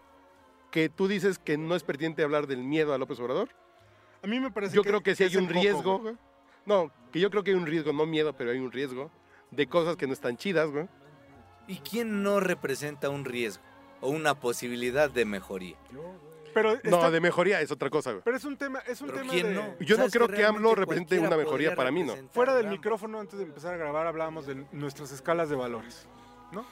que tú dices que no es pertinente hablar del miedo a López Obrador.
A mí me parece
yo creo que sí
es
hay un
el foco,
riesgo.
güey.
güey. No, que yo creo que hay un riesgo, no miedo, pero hay un riesgo de cosas que no están chidas, güey.
¿Y quién no representa un riesgo o una posibilidad de mejoría?
Pero, está-
No, de mejoría es otra cosa, güey.
pero es un tema, es un
Pero
tema
¿quién
de...
no?
Yo no
¿Sabes
creo que AMLO
realmente
represente
cualquiera
una mejoría
podría
para mí, ¿no?
representar
Fuera del
a AMLO?
micrófono, antes de empezar a grabar, hablábamos de nuestras escalas de valores, ¿no?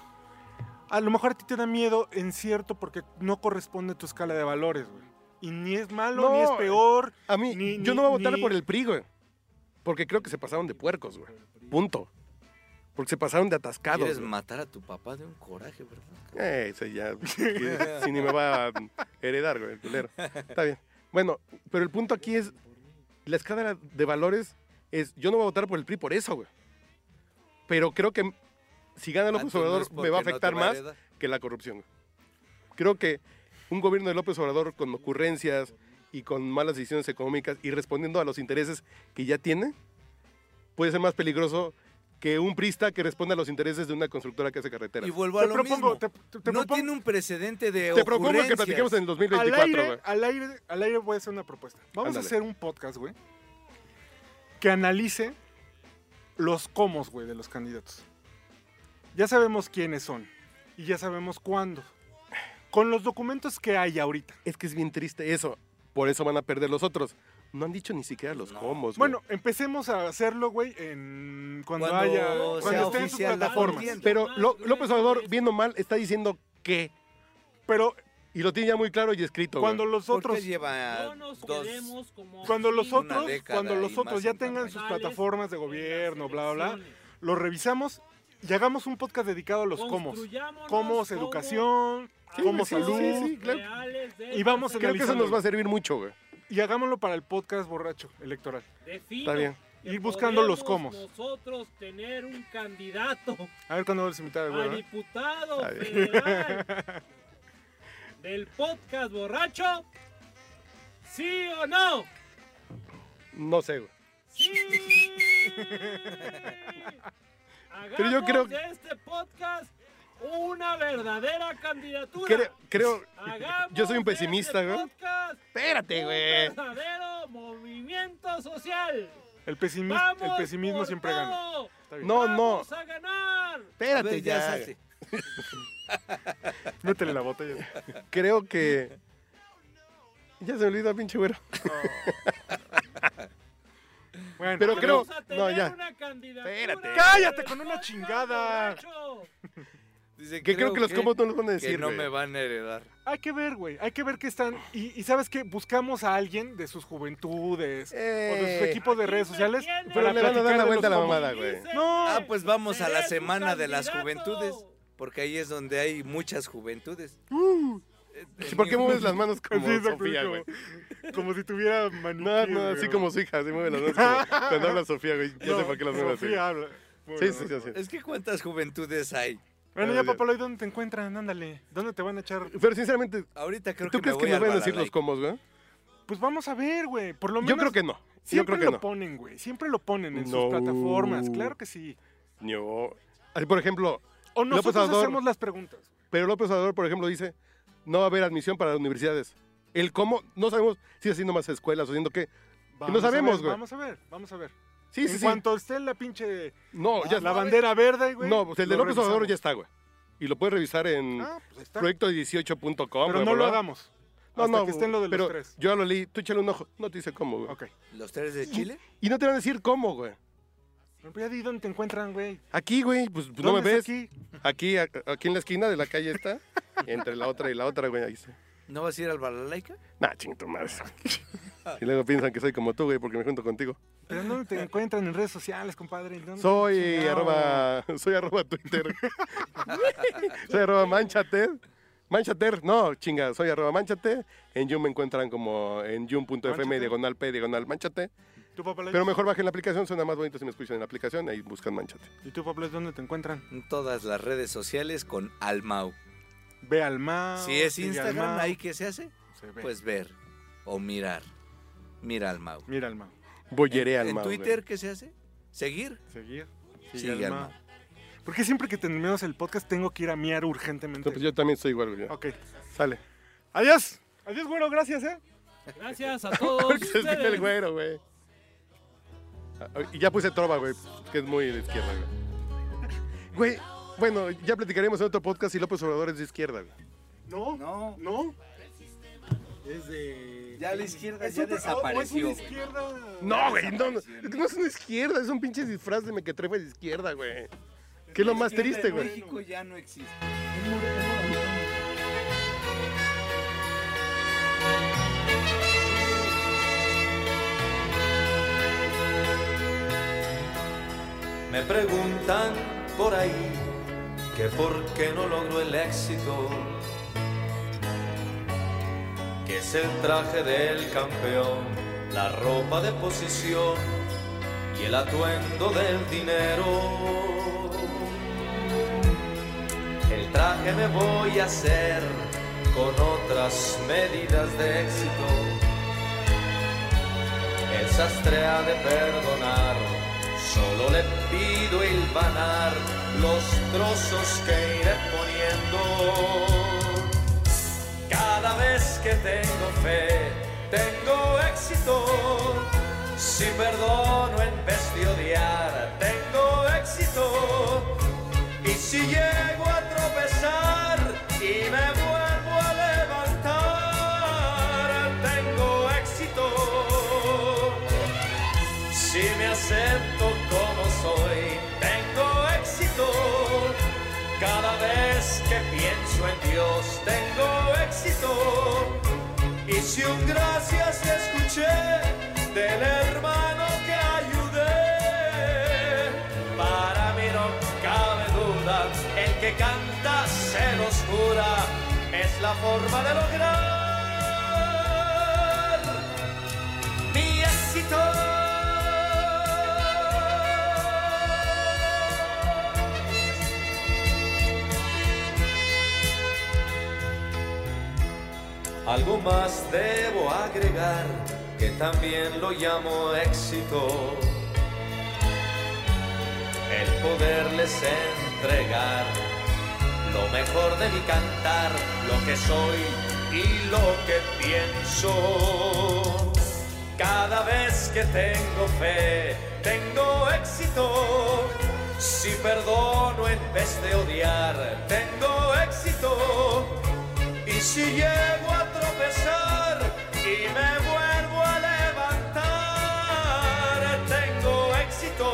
A lo mejor a ti te da miedo en cierto porque no corresponde a tu escala de valores, güey. Y ni es malo,
No,
ni es peor.
eh,
A mí,
Ni-
yo
ni-
no voy a votar
ni-
por el PRI, güey. Porque creo que se pasaron de puercos, güey. Punto. Porque se pasaron de atascados.
Quieres
güey.
matar a tu papá de un coraje, ¿verdad?
Eh, ese ya. Si ni me va a heredar, güey, el culero. Está bien. Bueno, pero el punto aquí es: la escala de valores es. Yo no voy a votar por el PRI por eso, güey. Pero creo que si gana López
Antes Ah, no
Obrador,
es
me va a
porque no
afectar
te va a
más
heredar.
que la corrupción. güey. Creo que un gobierno de López Obrador con ocurrencias y con malas decisiones económicas y respondiendo a los intereses que ya tiene puede ser más peligroso que un prista que responde a los intereses de una constructora que hace carreteras.
Y vuelvo pues, a
Te
lo
propongo,
mismo.
te, te- te
no
propongo-
tiene un precedente de
Te propongo que
ocurrencias.
platiquemos en el
al
2024, güey.
aire, al aire, al aire voy a hacer una propuesta. Vamos
Ándale.
a hacer un podcast, güey, que analice los cómo, güey, de los candidatos. Ya sabemos quiénes son y ya sabemos cuándo. Con los documentos que hay ahorita.
Es que es bien triste eso. Por eso van a perder los otros. No han dicho ni siquiera los
No.
combos. Pues, güey.
Bueno, empecemos a hacerlo, güey, en cuando,
Cuando
haya, cuando
sea
esté en sus
oficial la
plataformas.
contienda.
pero
más,
Lo-
güey,
López Obrador,
es-
viendo mal, está diciendo qué.
Pero
Y lo tiene ya muy claro y escrito. güey.
cuando los
¿Por
otros,
qué lleva
No nos
dos.
quedemos como.
cuando los
así,
otros,
década
cuando los
y
otros
más
ya
en
tengan
campaña.
sus
Sales
plataformas de
en las
gobierno, bla, bla, bla,
elecciones.
lo revisamos y hagamos un podcast dedicado a los cómo.
Construyámonos
cómo es
como
educación,
Sí,
cómo
sí,
salud.
sí, sí, claro.
reales de
Y vamos a
Creo que eso
analizando.
nos va a servir mucho, güey.
Y hagámoslo para el podcast borracho electoral.
de fino
Está bien.
que
Ir buscando los
podemos
comos.
Nosotros tener un candidato
A ver cuándo vuelves a invitar al
a
güey. ¿eh?
diputado
Está bien.
federal del podcast borracho. ¿Sí o no?
No sé, güey.
¡Sí!
Pero yo
Hagamos
creo-
de este podcast una verdadera candidatura.
Creo, creo-
Hagamos
yo soy un
de
pesimista,
este
güey.
podcast
Espérate,
un
güey.
verdadero movimiento social.
El, pesimi-
Vamos
el pesimismo
por
siempre gana.
todo.
Está bien.
No, no.
Vamos a ganar.
A
Espérate
ver, ya
ya.
se
güey.
hace.
Métele la botella.
Creo que. Ya se me olvidó, pinche güero.
Bueno,
Pero creo-
Vamos a
no,
tener
ya.
una candidatura
Espérate.
del
¡Cállate con
podcast
una chingada!
borracho.
Dice,
Que creo, que los combos no los van a
que
decir.
no
güey.
me van a heredar.
hay que ver, güey. Hay que ver qué están. Y, y sabes qué? buscamos a alguien de sus juventudes o de sus
Eh,
equipos de
Aquí
redes
me
sociales.
tienes.
Pero le van a
platicar
dar
de
la
los
vuelta a la
cómo.
mamada, güey.
No.
Ah, pues vamos a
Seré
la
tu
semana de las
candidato.
juventudes, porque ahí es donde hay muchas juventudes. Eh,
Uh. Sí, ¿Por qué mueves las manos como
Sí, exacto,
Sofía,
como-
güey?
Como si tuviera
No,
maniquí,
no,
güey.
así como su hija, así mueve las manos como cuando habla Sofía, güey. Ya
No,
sé por qué las mueve así.
Sofía habla. Muy
Sí,
bien,
sí, sí,
muy
así.
Es que cuántas juventudes hay.
Bueno, ya, Papaloy, ¿dónde te encuentran? Ándale. ¿Dónde te van a echar?
Pero sinceramente,
Ahorita creo
¿tú
que
crees
me
que
voy
nos
al
van a decir los
Balalaika.
combos, güey?
Pues vamos a ver, güey. Por lo
Yo
menos.
creo que no. Yo
Siempre
creo que
lo
no.
ponen, güey. Siempre lo ponen en
No.
sus plataformas. Claro que sí.
No. Así, por ejemplo,
O
López
nosotros
Obrador-
hacemos las preguntas.
pero López Obrador, por ejemplo, dice, no va a haber admisión para las universidades. El cómo, no sabemos si haciendo más escuelas o haciendo qué.
Vamos a
sabemos,
ver,
güey.
Vamos a ver, vamos a ver.
Sí,
en
sí, sí.
cuanto esté la pinche.
No, ya
Ah, la bandera verde, güey.
No, pues el de
lo
López Obrador ya
revisamos.
está, güey. Y lo puedes revisar en
Ah, pues ahí está.
proyecto18.com.
Pero
güey,
no lo
¿verdad?
hagamos.
No,
hasta
no,
que estén lo de los
pero
tres.
Yo ya lo leí, tú échale un ojo. No te dice cómo, güey.
Ok.
¿Los tres
¿Mm?
de Chile?
Y no te van a decir cómo, güey.
Pero pues ya di dónde te encuentran, güey.
Aquí, güey, pues no me
¿Dónde
ves.
es aquí?
Aquí, a- aquí en la esquina de la calle está. entre la otra y la otra, güey. Ahí está.
¿No vas a ir al Balalaika?
Nah, chingo tu madre. y luego piensan que soy como tú, güey, porque me junto contigo.
Pero ¿dónde te encuentran en redes sociales, compadre? ¿Dónde-
Soy
chingado?
arroba. Soy arroba Twitter. soy arroba manchater. Manchater, no, chinga, soy arroba manchate. En Yum me encuentran como en yum.fm
Manchate.
diagonal p diagonal manchate.
¿Tú, Papalay?
Pero mejor bajen la aplicación, suena más bonito si me escuchan en la aplicación. Ahí buscan manchate.
¿Y tú, Papalay, dónde te encuentran?
En todas las redes sociales con Almau.
Ve al
Ah,
mar.
Si es
sigue al
Instagram,
Mao,
ahí que se hace,
se ve.
pues ver o mirar. Mira al Mau.
Mira al Mao.
Bolleré al
¿En
Mau, güey.
Twitter qué se hace? ¿Seguir?
Seguir.
Sigue al
Mao.
Mao.
¿Por qué siempre que terminamos el podcast tengo que ir a miar urgentemente?
No, pues yo también soy igual, güey.
Ok.
Sale.
Adiós. Adiós, güero. Gracias, eh.
Gracias a todos.
Porque se escucha el
ustedes.
güero, güey. Ah, Y ya puse trova, güey, que es muy de izquierda, güey. Güey, bueno, ya platicaremos en otro podcast si López Obrador es de izquierda, güey.
No.
No,
No. Es de.
ya la izquierda
Es
ya
otra- o- o es una
desapareció. güey.
izquierda.
No, güey, no, no, no es una izquierda, es un pinche disfraz de mequetrefe de izquierda, güey. Que es lo más triste, güey.
México ya no existe.
Me preguntan por ahí que por qué no logro el éxito, que es el traje del campeón, la ropa de posición y el atuendo del dinero. El traje me voy a hacer con otras medidas de éxito. El sastre ha de perdonar, solo le pido hilvanar los trozos que iré poniendo. Cada vez que tengo fe, tengo éxito. Si perdono en vez de odiar, tengo éxito. Y si llego a tropezar y me vuelvo a levantar, tengo éxito. Si me acepto como soy, tengo éxito. Cada vez que pienso en Dios, tengo éxito. Y si un gracias escuché del hermano que ayudé, para mí no cabe duda, el que canta se los jura, es la forma de lograr mi éxito. Algo más debo agregar, que también lo llamo éxito. El poderles entregar lo mejor de mi cantar, lo que soy y lo que pienso. Cada vez que tengo fe, tengo éxito. Si perdono en vez de odiar, tengo éxito. Y si llego a tropezar y me vuelvo a levantar, tengo éxito.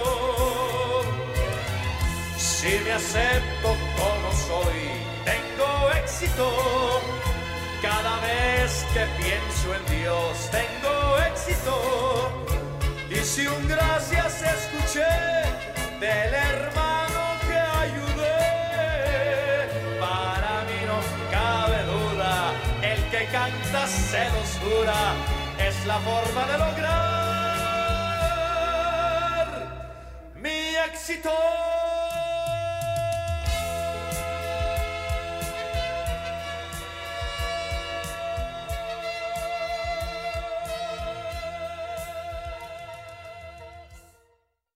Si me acepto como soy, tengo éxito. Cada vez que pienso en Dios, tengo éxito. Y si un gracias escuché del hermano que ayudé, para mí no cabe duda, el que canta se los jura, es la forma de lograr mi éxito.